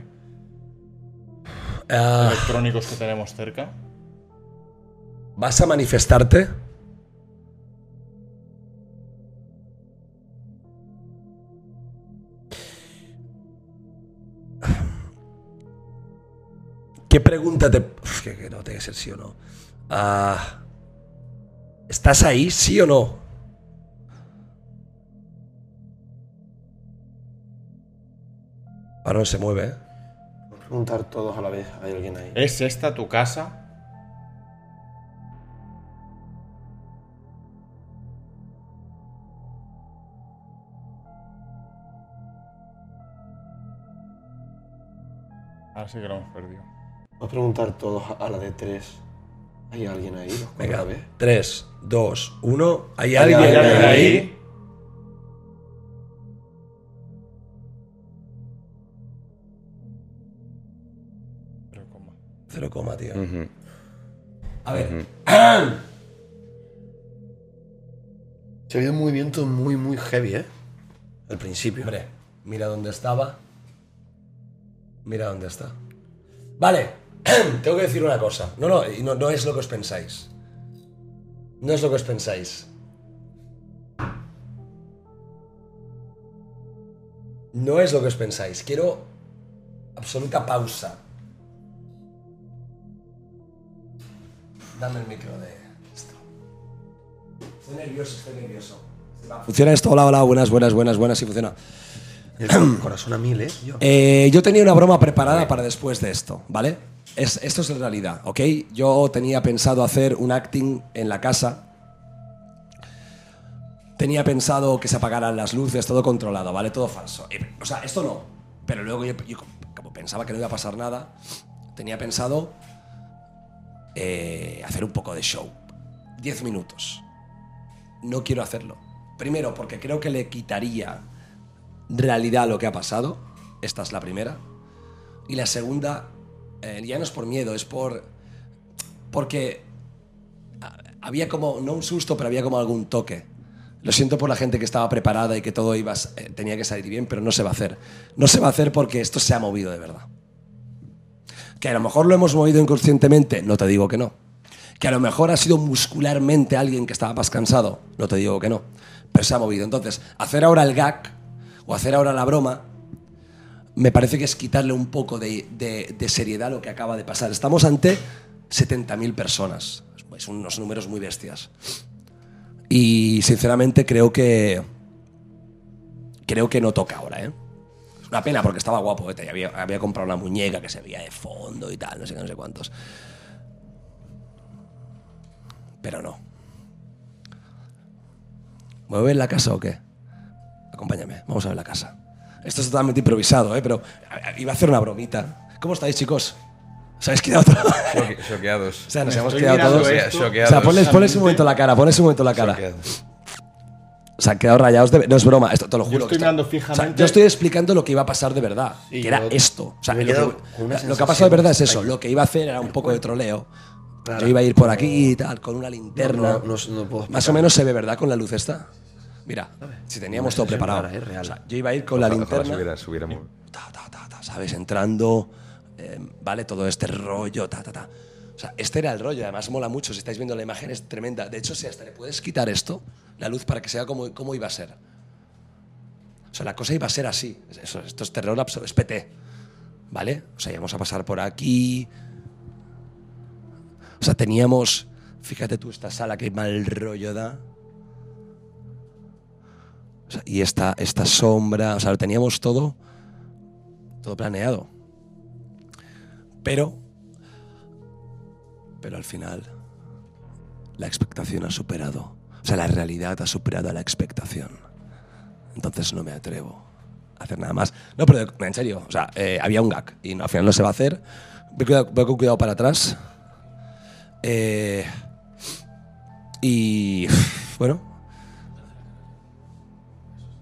Speaker 2: Ah,
Speaker 3: electrónicos que tenemos cerca.
Speaker 2: ¿Vas a manifestarte? ¿Qué pregunta te...? Uf, que, que no tiene que ser sí o no. Ah, ¿Estás ahí, sí o no? Barón se mueve, ¿eh?
Speaker 5: Preguntar todos a la vez. Hay alguien ahí.
Speaker 3: ¿Es esta tu casa? Ahora sí que lo hemos perdido.
Speaker 5: Vamos a preguntar todos a la de tres. ¿Hay alguien ahí? Los cuatro a
Speaker 2: Venga,
Speaker 5: la vez.
Speaker 2: 3, 2, 1. ¿Hay
Speaker 5: ¿Hay
Speaker 2: alguien,
Speaker 5: alguien
Speaker 2: ahí?
Speaker 5: ahí?
Speaker 3: Pero ¿cómo?
Speaker 2: Cero coma, tío.
Speaker 4: Ujú.
Speaker 2: A ver,
Speaker 5: Se había un movimiento muy, muy heavy, ¿eh? Al principio.
Speaker 2: Hombre, mira dónde estaba. Mira dónde está. Vale, tengo que decir una cosa. No, no, y no, no es lo que os pensáis. No es lo que os pensáis. No es lo que os pensáis. Quiero absoluta pausa. Dame el micro de esto. Estoy nervioso, estoy nervioso. ¿Funciona esto? Hola, hola, buenas, buenas, buenas, buenas, sí funciona.
Speaker 5: El corazón a mil, ¿eh? Yo.
Speaker 2: Eh, yo tenía una broma preparada para después de esto, ¿vale? Es- esto es la realidad, ¿ok? Yo tenía pensado hacer un acting en la casa. Tenía pensado que se apagaran las luces, todo controlado, ¿vale? Todo falso. Eh, O sea, esto no. Pero luego yo, yo como pensaba que no iba a pasar nada, tenía pensado eh, hacer un poco de show. Diez minutos. No quiero hacerlo. Primero, porque creo que le quitaría realidad lo que ha pasado. Esta es la primera. Y la segunda, eh, ya no es por miedo, es por. porque ah, había como, no un susto, pero había como algún toque. Lo siento por la gente que estaba preparada y que todo iba, a s- eh, tenía que salir bien, pero no se va a hacer. No se va a hacer porque esto se ha movido de verdad. Que a lo mejor lo hemos movido inconscientemente, no te digo que no. Que a lo mejor ha sido muscularmente alguien que estaba más cansado, no te digo que no. Pero se ha movido. Entonces, hacer ahora el gag o hacer ahora la broma, me parece que es quitarle un poco de, de- de seriedad a lo que acaba de pasar. Estamos ante 70.000 personas. Es unos números muy bestias. Y sinceramente creo que. Creo que no toca ahora, ¿eh? Es una pena porque estaba guapo, ¿eh? Había, había comprado una muñeca que se veía de fondo y tal, no sé qué, no sé cuántos. Pero no. ¿Mueve en la casa o qué? Acompáñame, vamos a ver la casa. Esto es totalmente improvisado, ¿eh? Pero a- a- iba a hacer una bromita. ¿Cómo estáis, chicos? ¿Os habéis quedado todos? o
Speaker 4: Choque- Choqueados.
Speaker 2: sea, nos
Speaker 3: Me
Speaker 2: hemos
Speaker 3: estoy
Speaker 2: quedado
Speaker 3: mirando eh.
Speaker 2: todos.
Speaker 3: esto.
Speaker 2: O sea, ponles, ponles
Speaker 3: Exactamente.
Speaker 2: un momento la cara, ponles un momento la cara.
Speaker 4: Choqueados.
Speaker 2: Se han quedado rayados de... No es broma, esto te lo juro.
Speaker 3: estoy
Speaker 2: que está-
Speaker 3: mirando
Speaker 2: o sea,
Speaker 3: fijamente-
Speaker 2: yo estoy explicando lo que iba a pasar de verdad,
Speaker 5: Sí,
Speaker 2: que era
Speaker 5: yo-
Speaker 2: esto. O sea,
Speaker 5: me he
Speaker 2: lo,
Speaker 5: quedado
Speaker 2: que,
Speaker 5: con una
Speaker 2: lo que ha pasado de verdad es eso.
Speaker 5: sensación
Speaker 2: Lo que iba a hacer era un poco de troleo.
Speaker 5: Claro. Eh,
Speaker 2: Yo iba a ir por aquí y tal, con una linterna.
Speaker 5: No, no, no, no puedo
Speaker 2: Más o
Speaker 5: explicarlo.
Speaker 2: menos se ve, ¿verdad? Con la luz esta. Mira, si teníamos todo
Speaker 4: es
Speaker 2: preparado.
Speaker 4: rara, es real.
Speaker 2: O sea, yo iba a ir con la
Speaker 4: Ojalá- ojalá
Speaker 2: linterna.
Speaker 4: se hubiera- se hubiera movido.
Speaker 2: ta, ta, ta, ta, ¿sabes? Entrando, eh, ¿vale? Todo este rollo, ta, ta, ta. O sea, este era el rollo, además mola mucho, si estáis viendo la imagen es tremenda. De hecho, si hasta le puedes quitar esto, la luz, para que se vea cómo, cómo iba a ser. O sea, la cosa iba a ser así. Eso, esto es terror absoluto, es PT, ¿vale? O sea, íbamos a pasar por aquí. O sea, teníamos, fíjate tú, esta sala que mal rollo da. O sea, y esta, esta sombra, o sea, lo teníamos todo todo planeado. Pero, pero al final, la expectación ha superado. O sea, la realidad ha superado a la expectación. Entonces no me atrevo a hacer nada más. No, pero de- en serio, o sea, eh, había un gag y no, al final no se va a hacer. Voy, cuidado- voy con cuidado para atrás. Eh, y bueno,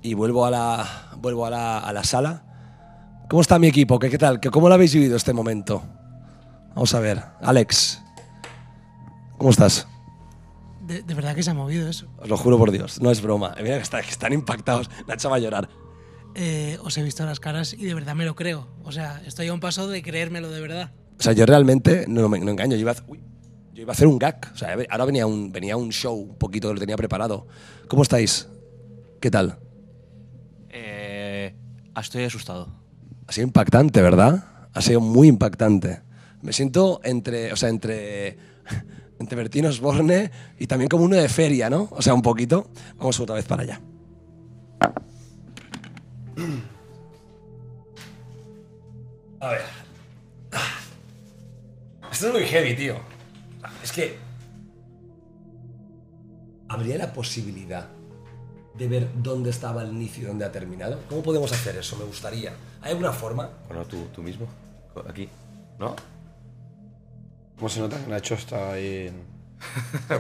Speaker 2: y vuelvo a la, vuelvo a la, a la sala. ¿Cómo está mi equipo? ¿Qué, qué tal? ¿Qué- ¿Cómo lo habéis vivido este momento? Vamos a ver. Alex, ¿cómo estás?
Speaker 1: De, de verdad que se ha movido eso.
Speaker 2: Os lo juro por Dios, no es broma. Mira que, está- que están impactados. Nacho va a llorar.
Speaker 1: Eh, os he visto las caras y de verdad me lo creo. O sea, estoy a un paso de creérmelo de verdad.
Speaker 2: O sea, yo realmente, no me no engaño, yo iba a, hacer- uy, yo iba a hacer un gag. O sea, ahora venía un, venía un show un poquito que lo tenía preparado. ¿Cómo estáis? ¿Qué tal?
Speaker 6: Eh, estoy asustado.
Speaker 2: Ha sido impactante, ¿verdad? Ha sido muy impactante. Me siento entre, o sea, entre, entre Bertín Osborne y también como uno de feria, ¿no? O sea, un poquito. Vamos otra vez para allá. A ver. Esto es muy heavy, tío. Es que... ¿Habría la posibilidad de ver dónde estaba el inicio y dónde ha terminado? ¿Cómo podemos hacer eso? Me gustaría. ¿Hay alguna forma?
Speaker 4: Bueno, tú, tú mismo. Aquí. ¿No?
Speaker 5: Como se nota que Nacho está ahí. en-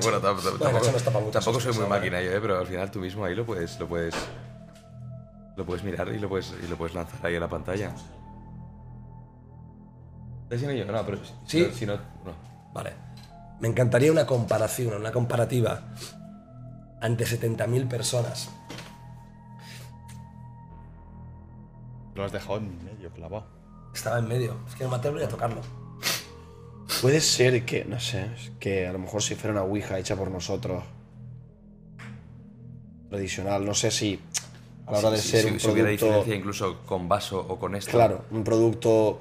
Speaker 4: bueno, tam- tam-
Speaker 2: Bueno, eso nos tapa
Speaker 4: tampoco,
Speaker 2: muchas
Speaker 4: tampoco soy
Speaker 2: cosas,
Speaker 4: muy
Speaker 2: ¿sabes?
Speaker 4: máquina yo, eh, pero al final tú mismo ahí lo puedes, lo puedes, lo puedes mirar y lo puedes, y lo puedes lanzar ahí a la pantalla. ¿Estás diciendo yo? No, pero si-
Speaker 2: Sí.
Speaker 4: si no, no.
Speaker 2: Vale. Me encantaría una comparación, una comparativa ante 70.000 personas.
Speaker 3: Lo has dejado en medio clavado.
Speaker 2: Estaba en medio. Es que no me atrevo ni a tocarlo.
Speaker 5: Puede ser que, no sé, es que a lo mejor si fuera una Ouija hecha por nosotros. Tradicional, no sé si a la hora de
Speaker 4: Si-
Speaker 5: ser
Speaker 4: si-
Speaker 5: un
Speaker 4: si hubiera
Speaker 5: producto.
Speaker 4: diferencia incluso con vaso o con esto.
Speaker 5: Claro, un producto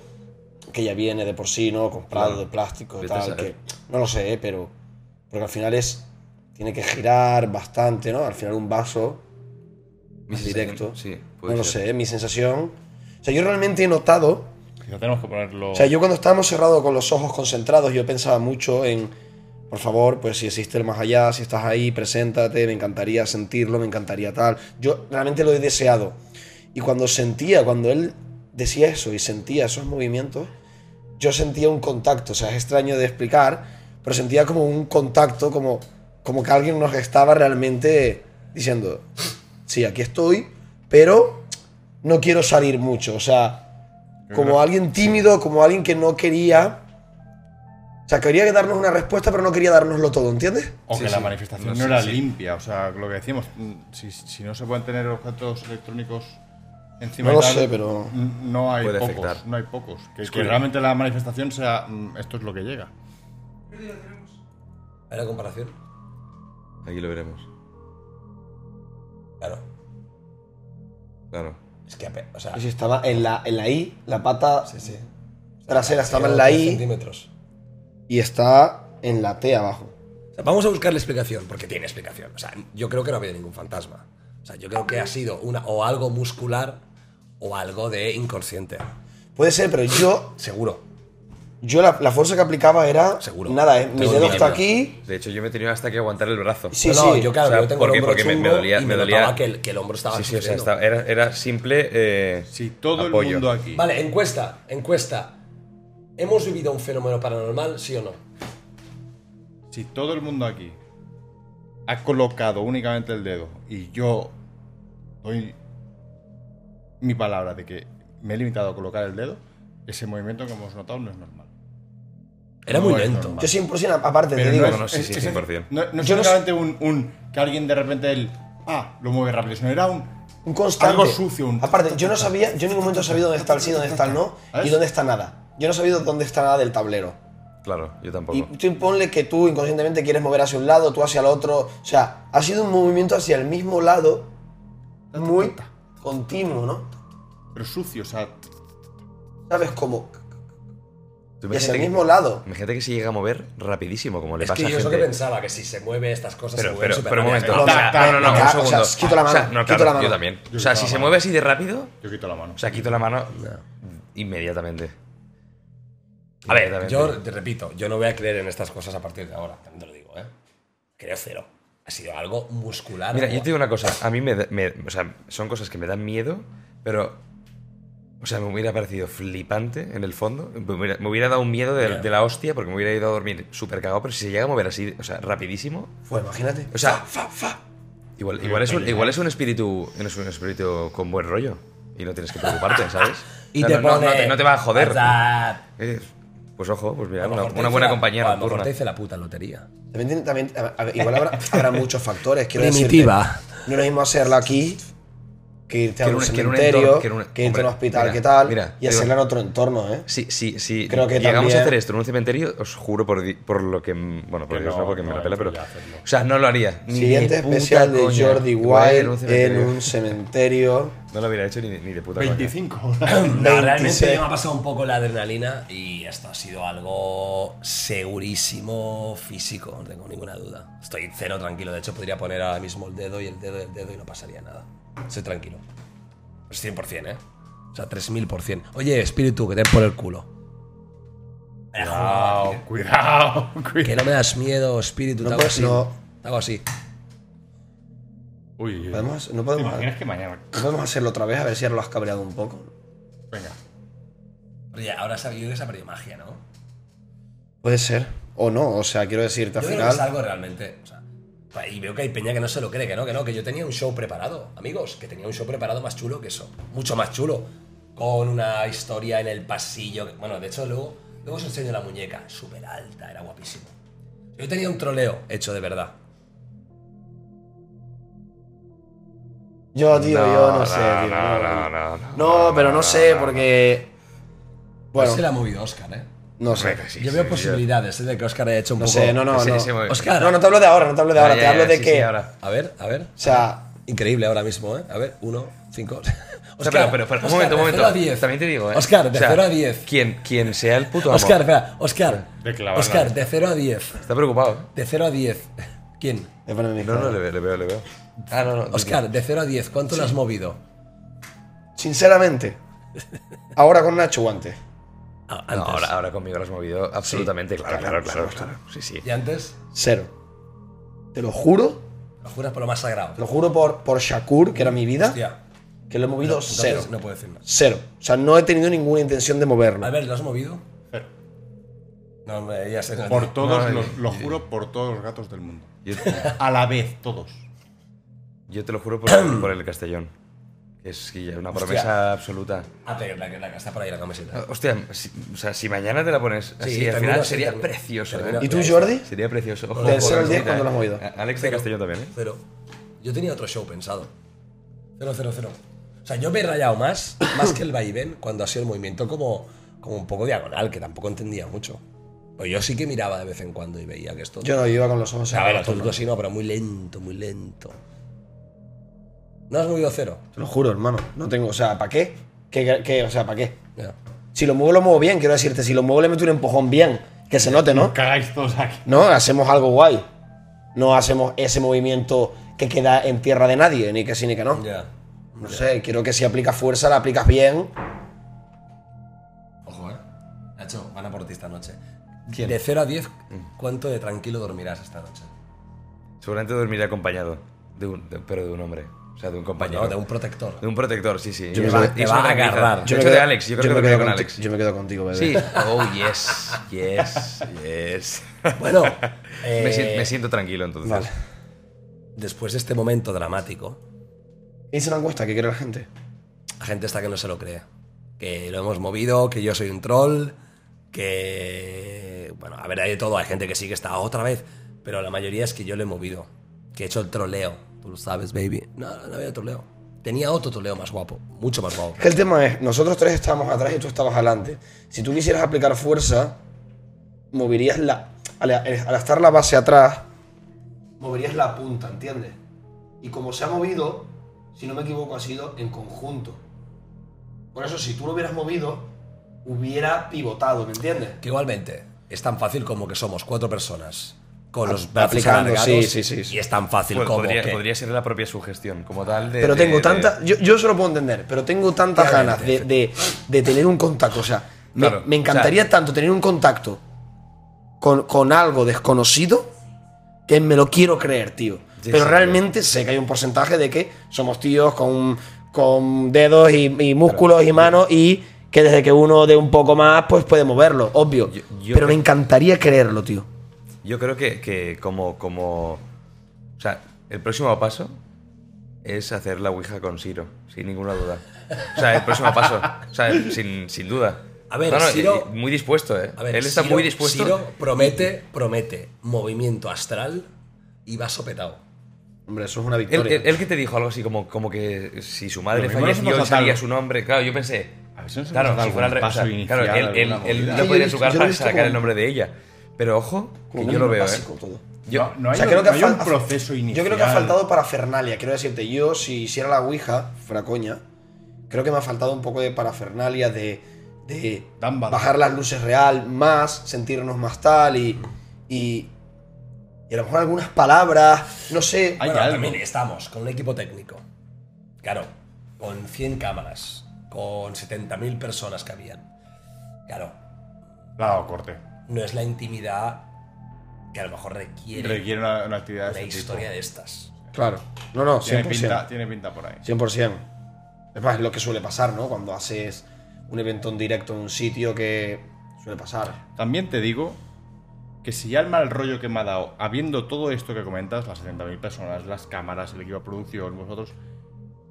Speaker 5: que ya viene de por sí, ¿no? Comprado
Speaker 4: Claro.
Speaker 5: de plástico y
Speaker 4: Vete a
Speaker 5: tal,
Speaker 4: saber.
Speaker 5: que no lo sé, ¿eh? pero porque al final es tiene que girar bastante, ¿no? Al final un vaso
Speaker 4: Mi sensación-
Speaker 5: directo.
Speaker 4: Sí, puede
Speaker 5: no lo
Speaker 4: ser.
Speaker 5: sé, ¿eh? mi sensación. O sea, yo realmente he notado
Speaker 3: Quizá tenemos que ponerlo.
Speaker 5: o sea, yo cuando estábamos cerrados con los ojos concentrados, yo pensaba mucho en, por favor, pues si existe el más allá, si estás ahí, preséntate, me encantaría sentirlo, me encantaría tal. Yo realmente lo he deseado. Y cuando sentía, cuando él decía eso y sentía esos movimientos, yo sentía un contacto, o sea, es extraño de explicar, pero sentía como un contacto, como, como que alguien nos estaba realmente diciendo, sí, aquí estoy, pero no quiero salir mucho, o sea, como alguien tímido, como alguien que no quería... O sea, quería darnos una respuesta, pero no quería dárnoslo todo, ¿entiendes?
Speaker 3: O
Speaker 4: Sí,
Speaker 3: que la
Speaker 4: sí.
Speaker 3: manifestación
Speaker 4: No
Speaker 3: no,
Speaker 4: sé,
Speaker 3: era
Speaker 4: sí.
Speaker 3: limpia, o sea, lo que decíamos, mm, si, si no se pueden tener objetos electrónicos encima y
Speaker 5: No lo
Speaker 3: tal,
Speaker 5: sé, pero-
Speaker 3: n- no hay
Speaker 4: Puede
Speaker 3: pocos,
Speaker 4: afectar.
Speaker 3: no hay pocos. Que, que
Speaker 4: curioso.
Speaker 3: realmente la manifestación sea, mm, esto es lo que llega.
Speaker 2: ¿Hay la comparación?
Speaker 4: Aquí lo veremos.
Speaker 2: Claro.
Speaker 4: Claro.
Speaker 2: Es que, ape- o sea,
Speaker 5: Sí, estaba en la, en la I, la pata
Speaker 2: sí, sí.
Speaker 5: trasera estaba en la
Speaker 2: tres
Speaker 5: I
Speaker 2: Centímetros.
Speaker 5: y está en la T abajo.
Speaker 2: O sea, vamos a buscar la explicación, porque tiene explicación. O sea, yo creo que no ha habido ningún fantasma. O sea, yo creo que ha sido una, o algo muscular o algo de inconsciente.
Speaker 5: Puede ser, pero yo,
Speaker 2: Seguro.
Speaker 5: yo la, la fuerza que aplicaba era.
Speaker 2: Seguro.
Speaker 5: Nada, eh, mi
Speaker 2: Tengo
Speaker 5: dedo
Speaker 2: miedo.
Speaker 5: está aquí.
Speaker 4: De hecho, yo me he tenido hasta que aguantar el brazo.
Speaker 5: Sí,
Speaker 2: No, no,
Speaker 5: sí.
Speaker 2: yo claro,
Speaker 4: O sea,
Speaker 2: yo tengo
Speaker 4: porque-
Speaker 2: el hombro
Speaker 4: porque me- me
Speaker 2: chungo
Speaker 4: dolía-
Speaker 2: y
Speaker 4: me dolía-
Speaker 2: notaba que el, que el hombro estaba
Speaker 4: Sí, sí, o sea,
Speaker 2: sufriendo.
Speaker 4: estaba- era, era simple. eh,
Speaker 3: Si todo
Speaker 4: apoyo.
Speaker 3: el mundo aquí.
Speaker 2: Vale, encuesta, encuesta. ¿Hemos vivido un fenómeno paranormal, sí o no?
Speaker 3: Si todo el mundo aquí ha colocado únicamente el dedo y yo doy mi palabra de que me he limitado a colocar el dedo, ese movimiento que hemos notado no es normal.
Speaker 2: Era
Speaker 3: No
Speaker 2: muy
Speaker 3: es
Speaker 2: lento.
Speaker 3: normal.
Speaker 5: Yo 100% aparte, te
Speaker 3: Pero
Speaker 5: digo.
Speaker 3: no es,
Speaker 4: no, sí,
Speaker 3: es-
Speaker 4: sí,
Speaker 3: es-
Speaker 4: 100%.
Speaker 3: No, no es
Speaker 5: Yo no
Speaker 3: únicamente un, un que alguien de repente el Ah, lo mueve rápido. Si no era un.
Speaker 5: Un constante.
Speaker 3: Algo sucio, un-
Speaker 5: Aparte, yo no sabía, yo en ningún momento he sabido dónde está el sí, dónde está el no y
Speaker 3: ¿Ves?
Speaker 5: dónde está nada. Yo no he sabido dónde está nada del tablero.
Speaker 4: Claro, yo tampoco.
Speaker 5: Y tú ponle que tú inconscientemente quieres mover hacia un lado, tú hacia el otro. O sea, ha sido un movimiento hacia el mismo lado muy continuo, ¿no?
Speaker 3: Pero sucio, o sea.
Speaker 5: ¿Sabes cómo?
Speaker 4: Tú
Speaker 5: Y hacia
Speaker 4: imagínate
Speaker 5: el
Speaker 4: que-
Speaker 5: mismo lado.
Speaker 4: Imagínate que se llega a mover rapidísimo, como le
Speaker 2: Es
Speaker 4: pasa
Speaker 2: que yo
Speaker 4: a
Speaker 2: es lo
Speaker 4: gente.
Speaker 2: que pensaba, que si se mueve estas cosas
Speaker 4: pero,
Speaker 2: se mueven
Speaker 4: pero,
Speaker 2: súper
Speaker 4: pero un
Speaker 2: rápido.
Speaker 4: momento.
Speaker 5: No,
Speaker 4: o sea,
Speaker 5: no,
Speaker 4: no, no,
Speaker 5: no,
Speaker 4: no,
Speaker 5: no,
Speaker 4: un
Speaker 5: o
Speaker 4: segundo.
Speaker 5: sea, quito la mano,
Speaker 4: O sea, no,
Speaker 5: quito
Speaker 4: claro,
Speaker 5: la mano.
Speaker 4: yo también.
Speaker 3: Yo
Speaker 4: o sea,
Speaker 3: quito
Speaker 4: si
Speaker 3: la
Speaker 4: se
Speaker 3: mano.
Speaker 4: mueve así de rápido,
Speaker 3: Yo quito la mano.
Speaker 4: o sea, quito la mano inmediatamente. A ver, también.
Speaker 2: Yo te repito, yo no voy a creer en estas cosas a partir de ahora, también te lo digo, ¿eh? Creo cero. Ha sido algo muscular.
Speaker 4: Ah, Mira,
Speaker 2: o-
Speaker 4: yo te digo una cosa. A mí me, da- me- O sea, son cosas que me dan miedo, pero. O sea, me hubiera parecido flipante en el fondo. Me hubiera, me hubiera dado un miedo de, de la hostia porque me hubiera ido a dormir súper cagado, pero si se llega a mover así, o sea, rapidísimo.
Speaker 5: Pues imagínate.
Speaker 4: O sea. Igual, igual, es un, igual es un espíritu. Es un espíritu con buen rollo. Y no tienes que preocuparte, ¿sabes?
Speaker 2: Y
Speaker 4: O
Speaker 2: te
Speaker 4: sea, no, no- no
Speaker 2: pone-
Speaker 4: te, no te va a joder.
Speaker 2: WhatsApp.
Speaker 4: Eh, Pues ojo, pues
Speaker 2: A
Speaker 4: mira,
Speaker 2: lo
Speaker 4: una,
Speaker 2: mejor te
Speaker 4: una
Speaker 2: dice
Speaker 4: buena
Speaker 2: la-
Speaker 4: compañía
Speaker 2: A lo mejor
Speaker 4: nocturna.
Speaker 2: te dice la puta lotería.
Speaker 5: También, tiene- también a- a- igual habrá, habrá muchos factores. Quiero
Speaker 2: Primitiva.
Speaker 5: decirte, no es lo mismo hacerla aquí que irte a
Speaker 4: Quiero
Speaker 5: un
Speaker 4: un- quiero un
Speaker 5: cementerio,
Speaker 4: entorno- quiero un-
Speaker 5: que irte a un
Speaker 4: hombre,
Speaker 5: hospital,
Speaker 4: mira,
Speaker 5: ¿qué tal?
Speaker 4: mira,
Speaker 5: y
Speaker 4: te digo-
Speaker 5: hacerla en otro entorno, ¿eh?
Speaker 4: Sí, sí, sí.
Speaker 5: Creo que
Speaker 4: llegamos
Speaker 5: también-
Speaker 4: a hacer esto en un cementerio, os juro por, di- por lo que. mm, Bueno, por
Speaker 3: Que
Speaker 4: Dios
Speaker 3: no,
Speaker 4: no, porque me
Speaker 3: no,
Speaker 4: la pela,
Speaker 3: no
Speaker 4: pero.
Speaker 3: voy a hacerlo.
Speaker 4: O sea, no lo haría. Ni
Speaker 5: Siguiente
Speaker 4: de puta
Speaker 5: especial de
Speaker 4: coña.
Speaker 5: Jordi
Speaker 4: Guay,
Speaker 5: Wild en
Speaker 4: cementerio.
Speaker 5: un cementerio.
Speaker 4: No lo hubiera hecho ni, ni de puta coña.
Speaker 3: 25
Speaker 2: No, realmente
Speaker 5: 26.
Speaker 2: me ha pasado un poco la adrenalina y esto ha sido algo segurísimo físico, no tengo ninguna duda. Estoy cero tranquilo, de hecho podría poner ahora mismo el dedo y el dedo y el dedo y no pasaría nada. Estoy tranquilo. Pues 100%, ¿eh? O sea, 3000%. Oye, espíritu, que te den por el culo.
Speaker 5: Eh,
Speaker 3: Cuidado, cuidado,
Speaker 2: Que
Speaker 3: cuidado.
Speaker 2: no me das miedo, espíritu,
Speaker 5: No
Speaker 2: te hago
Speaker 5: puedes,
Speaker 2: así.
Speaker 5: no.
Speaker 2: Te hago así.
Speaker 3: Uy, uy, uy.
Speaker 5: Podemos- no,
Speaker 3: ¿Te
Speaker 5: podemos,
Speaker 3: imaginas que mañana?
Speaker 5: no podemos hacerlo otra vez, a ver si ahora lo has cabreado un poco.
Speaker 3: Venga.
Speaker 2: Oye, ahora sabía que se ha perdido magia, ¿no?
Speaker 5: Puede ser. O no, o sea, quiero decirte al
Speaker 2: Yo creo que
Speaker 5: final.
Speaker 2: es algo realmente. o sea, pa- y veo que hay peña que no se lo cree, que no, que no, que yo tenía un show preparado, amigos, que tenía un show preparado más chulo que eso, mucho más chulo, con una historia en el pasillo. que- bueno, de hecho, luego, luego os enseño la muñeca, súper alta, era guapísimo. Yo tenía un troleo hecho de verdad.
Speaker 5: Yo, tío, yo no, sé, tío.
Speaker 4: no, no,
Speaker 5: no,
Speaker 4: no, no,
Speaker 5: No, pero no sé, porque. Bueno,
Speaker 2: Ese Pues la ha movido Oscar, ¿eh?
Speaker 5: no sé.
Speaker 4: Sí,
Speaker 2: yo
Speaker 4: sí,
Speaker 2: veo
Speaker 4: sí,
Speaker 2: posibilidades ¿eh? de que Oscar haya hecho un
Speaker 5: No
Speaker 2: poco.
Speaker 5: sé, no, no,
Speaker 4: Ese-
Speaker 5: no.
Speaker 4: ese movimiento.
Speaker 2: Oscar.
Speaker 5: No, no te hablo de ahora, no te hablo de
Speaker 4: Ya,
Speaker 5: ahora,
Speaker 4: ya,
Speaker 5: te hablo
Speaker 4: ya,
Speaker 5: de
Speaker 4: sí,
Speaker 5: que.
Speaker 4: sí, ahora.
Speaker 2: A ver, a ver.
Speaker 5: O sea,
Speaker 2: Increíble ahora mismo, ¿eh? A ver, uno, cinco.
Speaker 4: O sea, pero, pero, pero, un momento, un momento. También te digo, eh.
Speaker 2: Oscar, de
Speaker 4: O sea,
Speaker 2: 0 a 10.
Speaker 4: Quien, quien sea el puto amo.
Speaker 2: Oscar, espera, Oscar.
Speaker 3: De clavar
Speaker 2: Oscar,
Speaker 3: la
Speaker 2: de 0 a 10.
Speaker 4: Está preocupado, eh.
Speaker 2: De 0 a 10. ¿Quién?
Speaker 5: Espérame, mi
Speaker 4: No, no,
Speaker 5: hijo.
Speaker 4: le veo, le veo, le veo. Ah, no, no.
Speaker 2: Oscar, de 0 a 10, ¿cuánto lo has movido?
Speaker 5: Sinceramente, ahora con Nacho o antes.
Speaker 2: Ah,
Speaker 4: No,
Speaker 2: antes.
Speaker 4: ahora, ahora conmigo lo has movido absolutamente, claro, claro, claro, claro. Sí, sí.
Speaker 2: ¿Y antes?
Speaker 5: Cero. Te lo juro,
Speaker 2: Lo juras por lo más sagrado.
Speaker 5: te lo juro por, por Shakur, que era mi vida,
Speaker 2: Hostia.
Speaker 5: que lo he movido
Speaker 2: Entonces,
Speaker 5: cero.
Speaker 2: No puedo decir nada.
Speaker 5: Cero. O sea, no he tenido ninguna intención de moverlo.
Speaker 2: A ver, ¿lo has movido? No, hombre, ya sé.
Speaker 3: Por todos,
Speaker 4: No,
Speaker 3: los,
Speaker 4: yo-
Speaker 3: lo juro, por todos los gatos del mundo.
Speaker 4: Yo,
Speaker 3: A la vez, todos.
Speaker 4: yo te lo juro por, por el Castellón. Es que ya una
Speaker 2: Hostia.
Speaker 4: promesa absoluta.
Speaker 2: Ah, pero la, la, está por ahí la camiseta.
Speaker 4: Ah, Hostia, si, o sea, si mañana te la pones así, al
Speaker 2: termina,
Speaker 4: final
Speaker 2: sí,
Speaker 4: sería
Speaker 2: termina.
Speaker 4: precioso.
Speaker 2: Termina.
Speaker 4: ¿eh?
Speaker 5: ¿Y tú, Jordi?
Speaker 4: Sería precioso. Ojo,
Speaker 5: Del
Speaker 4: ojo,
Speaker 5: cero al
Speaker 4: cosita,
Speaker 5: diez, ¿cuánto
Speaker 4: ¿eh?
Speaker 5: lo has movido?
Speaker 4: A- Alex de Castellón también, ¿eh?
Speaker 2: Cero. Yo tenía otro show pensado. Cero, cero, cero. O sea, yo me he rayado más, más que el vaivén, cuando ha sido el movimiento como, como un poco diagonal, que tampoco entendía mucho. O yo sí que miraba de vez en cuando y veía que esto...
Speaker 5: Yo no, yo iba con los ojos
Speaker 2: O sea, a ver,
Speaker 5: cerrados.
Speaker 2: tú, tú sí no, pero muy lento, muy lento. No has movido cero.
Speaker 5: Te lo juro, hermano. No tengo, o sea, ¿para qué? ¿Qué, qué? O sea, ¿para qué?
Speaker 2: Ya.
Speaker 5: Si lo muevo, lo muevo bien, quiero decirte. Si lo muevo, le meto un empujón bien. Que se note, ¿no?
Speaker 3: Cagáis todos aquí.
Speaker 5: No, hacemos algo guay. No hacemos ese movimiento que queda en tierra de nadie, ni que sí ni que no.
Speaker 2: Ya.
Speaker 5: No sé, quiero que si aplicas fuerza, la aplicas bien.
Speaker 2: Ojo, ¿eh? Nacho, van a por ti esta noche. De 0 a 10, ¿cuánto de tranquilo dormirás esta noche?
Speaker 4: Seguramente dormiré acompañado, de un, de- pero de un hombre. O sea, de un compañero.
Speaker 2: No, de un protector.
Speaker 4: De un protector, sí, sí.
Speaker 5: Yo
Speaker 4: Y
Speaker 5: me
Speaker 4: eso-
Speaker 5: voy-
Speaker 4: y
Speaker 2: te
Speaker 4: eso
Speaker 2: va
Speaker 4: me
Speaker 2: a
Speaker 4: tranquiliza.
Speaker 2: agarrar.
Speaker 4: De hecho, de Alex, yo, creo que dormiré con
Speaker 5: conti-
Speaker 4: Alex.
Speaker 5: Yo me quedo contigo, bebé.
Speaker 4: Sí, oh yes, yes, yes.
Speaker 2: Bueno,
Speaker 4: Me,
Speaker 2: eh,
Speaker 4: sien- me siento tranquilo entonces.
Speaker 5: Vale.
Speaker 2: después de este momento dramático,
Speaker 5: Hice una encuesta, ¿qué quiere la gente?
Speaker 2: la gente está que no se lo cree. Que lo hemos movido, que yo soy un troll, que... Bueno, a ver, hay de todo. Hay gente que sí que está otra vez, pero la mayoría es que yo lo he movido. que he hecho el troleo. Tú lo sabes, baby. No, no había troleo. Tenía otro troleo más guapo, mucho más guapo.
Speaker 5: Es que el tema es, nosotros tres estábamos atrás y tú estabas adelante. Si tú quisieras aplicar fuerza, moverías la... Al, al estar la base atrás, moverías la punta, ¿entiendes? Y como se ha movido, si no me equivoco, ha sido en conjunto. Por eso, si tú lo hubieras movido, hubiera pivotado, ¿me entiendes?
Speaker 2: Que igualmente es tan fácil como que somos cuatro personas con
Speaker 5: A-
Speaker 2: los brazos
Speaker 5: Ah, aplicando,
Speaker 2: alargados
Speaker 5: sí, sí, sí, sí.
Speaker 2: y es tan fácil
Speaker 4: Pod-
Speaker 2: como
Speaker 4: Pues podría,
Speaker 2: que
Speaker 4: podría ser la propia sugestión, como tal. de-
Speaker 5: Pero
Speaker 4: de-
Speaker 5: tengo
Speaker 4: de-
Speaker 5: tanta. Yo, yo eso lo puedo entender, pero tengo tantas
Speaker 2: Claramente.
Speaker 5: ganas de, de- de tener un contacto. O sea, me,
Speaker 4: Claro,
Speaker 5: me
Speaker 4: o sea-
Speaker 5: encantaría tanto tener un contacto con, con algo desconocido que me lo quiero creer, tío.
Speaker 4: Sí,
Speaker 5: pero
Speaker 4: sí,
Speaker 5: realmente sé que hay un porcentaje de que somos tíos con, con dedos y, y músculos y manos y que desde que uno dé un poco más, pues puede moverlo, obvio.
Speaker 4: Yo- yo-
Speaker 5: pero me encantaría creerlo, tío.
Speaker 4: Yo creo que, que como, como. O sea, el próximo paso es hacer la Ouija con Siro, sin ninguna duda. O sea, el próximo paso. O sea, sin, sin duda.
Speaker 2: A ver,
Speaker 4: No, no,
Speaker 2: Ciro-
Speaker 4: y- y muy dispuesto, ¿eh?
Speaker 2: A ver,
Speaker 4: Él está
Speaker 2: Ciro-
Speaker 4: muy dispuesto.
Speaker 2: Ciro promete, promete movimiento astral y va sopetado.
Speaker 5: Hombre, eso es una
Speaker 4: Él,
Speaker 5: victoria.
Speaker 4: él- él que te dijo algo así como, como que si su madre
Speaker 3: Lo mismo nos
Speaker 4: falleció
Speaker 3: hemos
Speaker 4: y salía
Speaker 3: atado.
Speaker 4: su nombre. Claro, yo pensé.
Speaker 3: A ver si nos hemos
Speaker 4: Claro,
Speaker 3: dado
Speaker 4: si fuera al
Speaker 3: algún
Speaker 4: revés. o sea,
Speaker 3: paso inicial,
Speaker 4: Claro, él, él,
Speaker 3: alguna
Speaker 4: él
Speaker 3: movida.
Speaker 5: Yo
Speaker 4: no
Speaker 5: lo he
Speaker 4: podría
Speaker 5: visto-
Speaker 4: jugar
Speaker 5: yo lo he
Speaker 4: para
Speaker 5: visto
Speaker 4: sacar
Speaker 5: como-
Speaker 4: el nombre de ella. Pero ojo, que
Speaker 5: Como
Speaker 4: yo
Speaker 5: un
Speaker 4: lo veo,
Speaker 5: básico,
Speaker 4: ¿eh?
Speaker 5: todo.
Speaker 4: Yo,
Speaker 3: no, no hay,
Speaker 5: o sea, creo que
Speaker 3: no
Speaker 5: ha
Speaker 3: hay un
Speaker 5: fal-
Speaker 3: proceso
Speaker 5: Yo
Speaker 3: inicial.
Speaker 5: creo que ha faltado parafernalia, quiero decirte. Yo, si hiciera la Ouija, fuera coña, creo que me ha faltado un poco de parafernalia, de, de
Speaker 3: Dan valor.
Speaker 5: bajar las luces real más, sentirnos más tal y, y. y a lo mejor algunas palabras, no sé.
Speaker 3: Hay
Speaker 2: Bueno,
Speaker 3: algo.
Speaker 2: también estamos con un equipo técnico. Claro, con 100 cámaras, con 70.000 personas que habían. Claro,
Speaker 3: Le ha dado corte.
Speaker 2: no es la intimidad que a lo mejor requiere,
Speaker 3: Requiere una, una actividad
Speaker 2: una
Speaker 3: de ese
Speaker 2: historia
Speaker 3: tipo.
Speaker 2: de estas.
Speaker 5: Claro. No, no,
Speaker 3: Tiene
Speaker 5: 100%.
Speaker 3: pinta, tiene pinta por ahí.
Speaker 5: 100%. Es más, es lo que suele pasar, ¿no? Cuando haces un evento en directo en un sitio que suele pasar.
Speaker 3: También te digo que si ya el mal rollo que me ha dado, habiendo todo esto que comentas, las 70.000 personas, las cámaras, el equipo de producción, vosotros,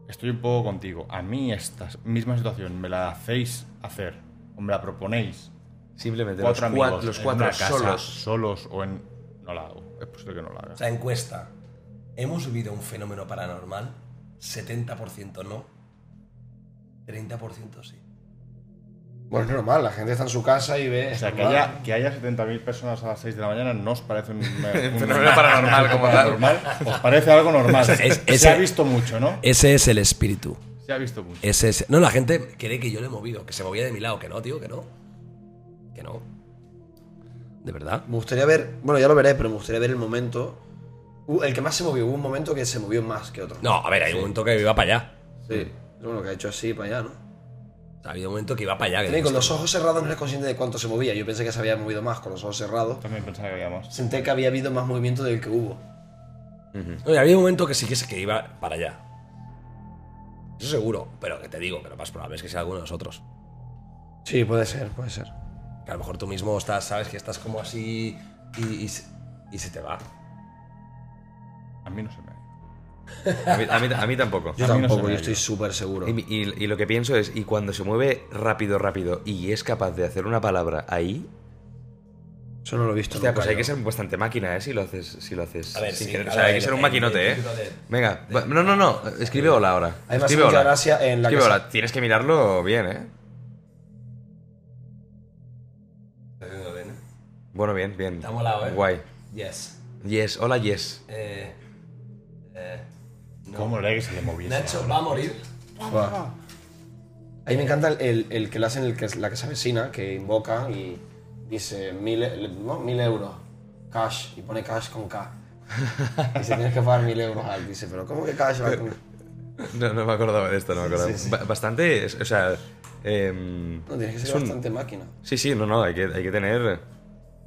Speaker 3: estoy un poco contigo. A mí esta misma situación me la hacéis hacer, o me la proponéis.
Speaker 4: Simplemente
Speaker 3: Cuatro
Speaker 4: los,
Speaker 3: amigos,
Speaker 4: cuatro, los
Speaker 3: en
Speaker 4: cuatro
Speaker 3: una casa,
Speaker 4: solos.
Speaker 3: solos o en... No la hago, es posible que no la haga.
Speaker 2: O sea, encuesta. ¿Hemos vivido un fenómeno paranormal? 70% no. 30% sí.
Speaker 5: Bueno, es normal, la gente está en su casa y ve.
Speaker 3: O
Speaker 5: es
Speaker 3: sea, que
Speaker 5: normal.
Speaker 3: haya, que haya 70.000 personas a las 6 de la mañana no os parece un, un-
Speaker 4: Fenómeno paranormal como tal.
Speaker 3: paranormal, os parece algo normal.
Speaker 2: Es-
Speaker 3: Se ha
Speaker 2: ese-
Speaker 3: visto mucho, ¿no?
Speaker 2: Ese es el espíritu.
Speaker 3: Se ha visto mucho.
Speaker 2: Ese es. No, la gente cree que yo le he movido, que se movía de mi lado, que no, tío, que no. Que no. De verdad.
Speaker 5: Me gustaría ver, bueno, ya lo veré, pero me gustaría ver el momento. Uh, el que más se movió, hubo un momento que se movió más que otro.
Speaker 2: No, a ver, hay un momento que iba para allá.
Speaker 5: Sí. Es bueno que ha hecho así para allá, ¿no?
Speaker 2: Ha habido un momento que iba para allá. que
Speaker 5: Tenía con
Speaker 2: dices,
Speaker 5: los ojos cerrados no eres consciente de cuánto se movía. Yo pensé que se había movido más con los ojos cerrados.
Speaker 3: También pensaba que había más.
Speaker 5: Senté que había habido más movimiento del que hubo.
Speaker 2: No, y había un momento que sí que, se- que iba para allá. Eso seguro, pero que te digo que lo más probable es que sea alguno de nosotros.
Speaker 5: Sí, puede ser, puede ser.
Speaker 2: Que a lo mejor tú mismo estás, sabes que estás como así y, y se- y se te va.
Speaker 3: A mí no se me ha ido.
Speaker 4: A mí, a mí- a mí tampoco.
Speaker 5: Yo
Speaker 3: A mí no se
Speaker 5: tampoco,
Speaker 3: me
Speaker 5: yo
Speaker 3: ha
Speaker 5: estoy
Speaker 3: ido.
Speaker 5: súper seguro.
Speaker 4: Y, y- y lo que pienso es, y cuando se mueve rápido, rápido, y es capaz de hacer una palabra ahí,
Speaker 5: Eso no lo he visto.
Speaker 4: hostia,
Speaker 5: nunca
Speaker 4: pues hay
Speaker 5: yo.
Speaker 4: que ser bastante máquina, ¿eh? Si lo haces, si lo haces
Speaker 2: A ver,
Speaker 4: sin
Speaker 2: sí,
Speaker 4: querer. O
Speaker 2: a
Speaker 4: sea,
Speaker 2: ver,
Speaker 4: hay que ser un
Speaker 2: depende,
Speaker 4: maquinote, ¿eh?
Speaker 2: depende de-
Speaker 4: Venga, va- no, no, no, escribe hola ahora.
Speaker 5: Además,
Speaker 4: escribe
Speaker 5: mucha
Speaker 4: hola.
Speaker 5: gracia en la
Speaker 4: escribe
Speaker 5: que se-
Speaker 4: hola. Tienes que mirarlo bien, ¿eh?
Speaker 2: ¿eh?
Speaker 4: Bueno, bien, bien.
Speaker 2: Te ha molado, ¿eh?
Speaker 4: Guay.
Speaker 2: Yes.
Speaker 4: Yes, hola, yes.
Speaker 2: Eh, eh, no.
Speaker 3: ¿Cómo le que se le moviese?
Speaker 2: Nacho va a morir.
Speaker 5: Buah. A mí me encanta el, el- el que le hacen el que, la que se avecina, que invoca y dice mil, e- no, mil euros, cash, y pone cash con K. Dice, tienes que pagar mil euros al. Dice, pero ¿cómo que cash? va con-
Speaker 4: No, no me acordaba de esto, no me acordaba. Ba- Bastante, es- o sea... em,
Speaker 5: No, tienes que
Speaker 4: es
Speaker 5: ser
Speaker 4: un-
Speaker 5: bastante máquina.
Speaker 4: Sí, sí, no, no, hay que, hay que tener...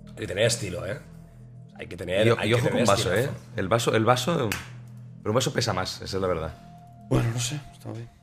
Speaker 2: Hay que tener estilo, ¿eh? Hay que tener.
Speaker 4: Y,
Speaker 2: hay
Speaker 4: y
Speaker 2: que
Speaker 4: ojo
Speaker 2: tener
Speaker 4: con vaso,
Speaker 2: estilo.
Speaker 4: ¿eh? El vaso, el vaso. Pero un vaso pesa más, esa es la verdad.
Speaker 5: Bueno, no sé, está bien.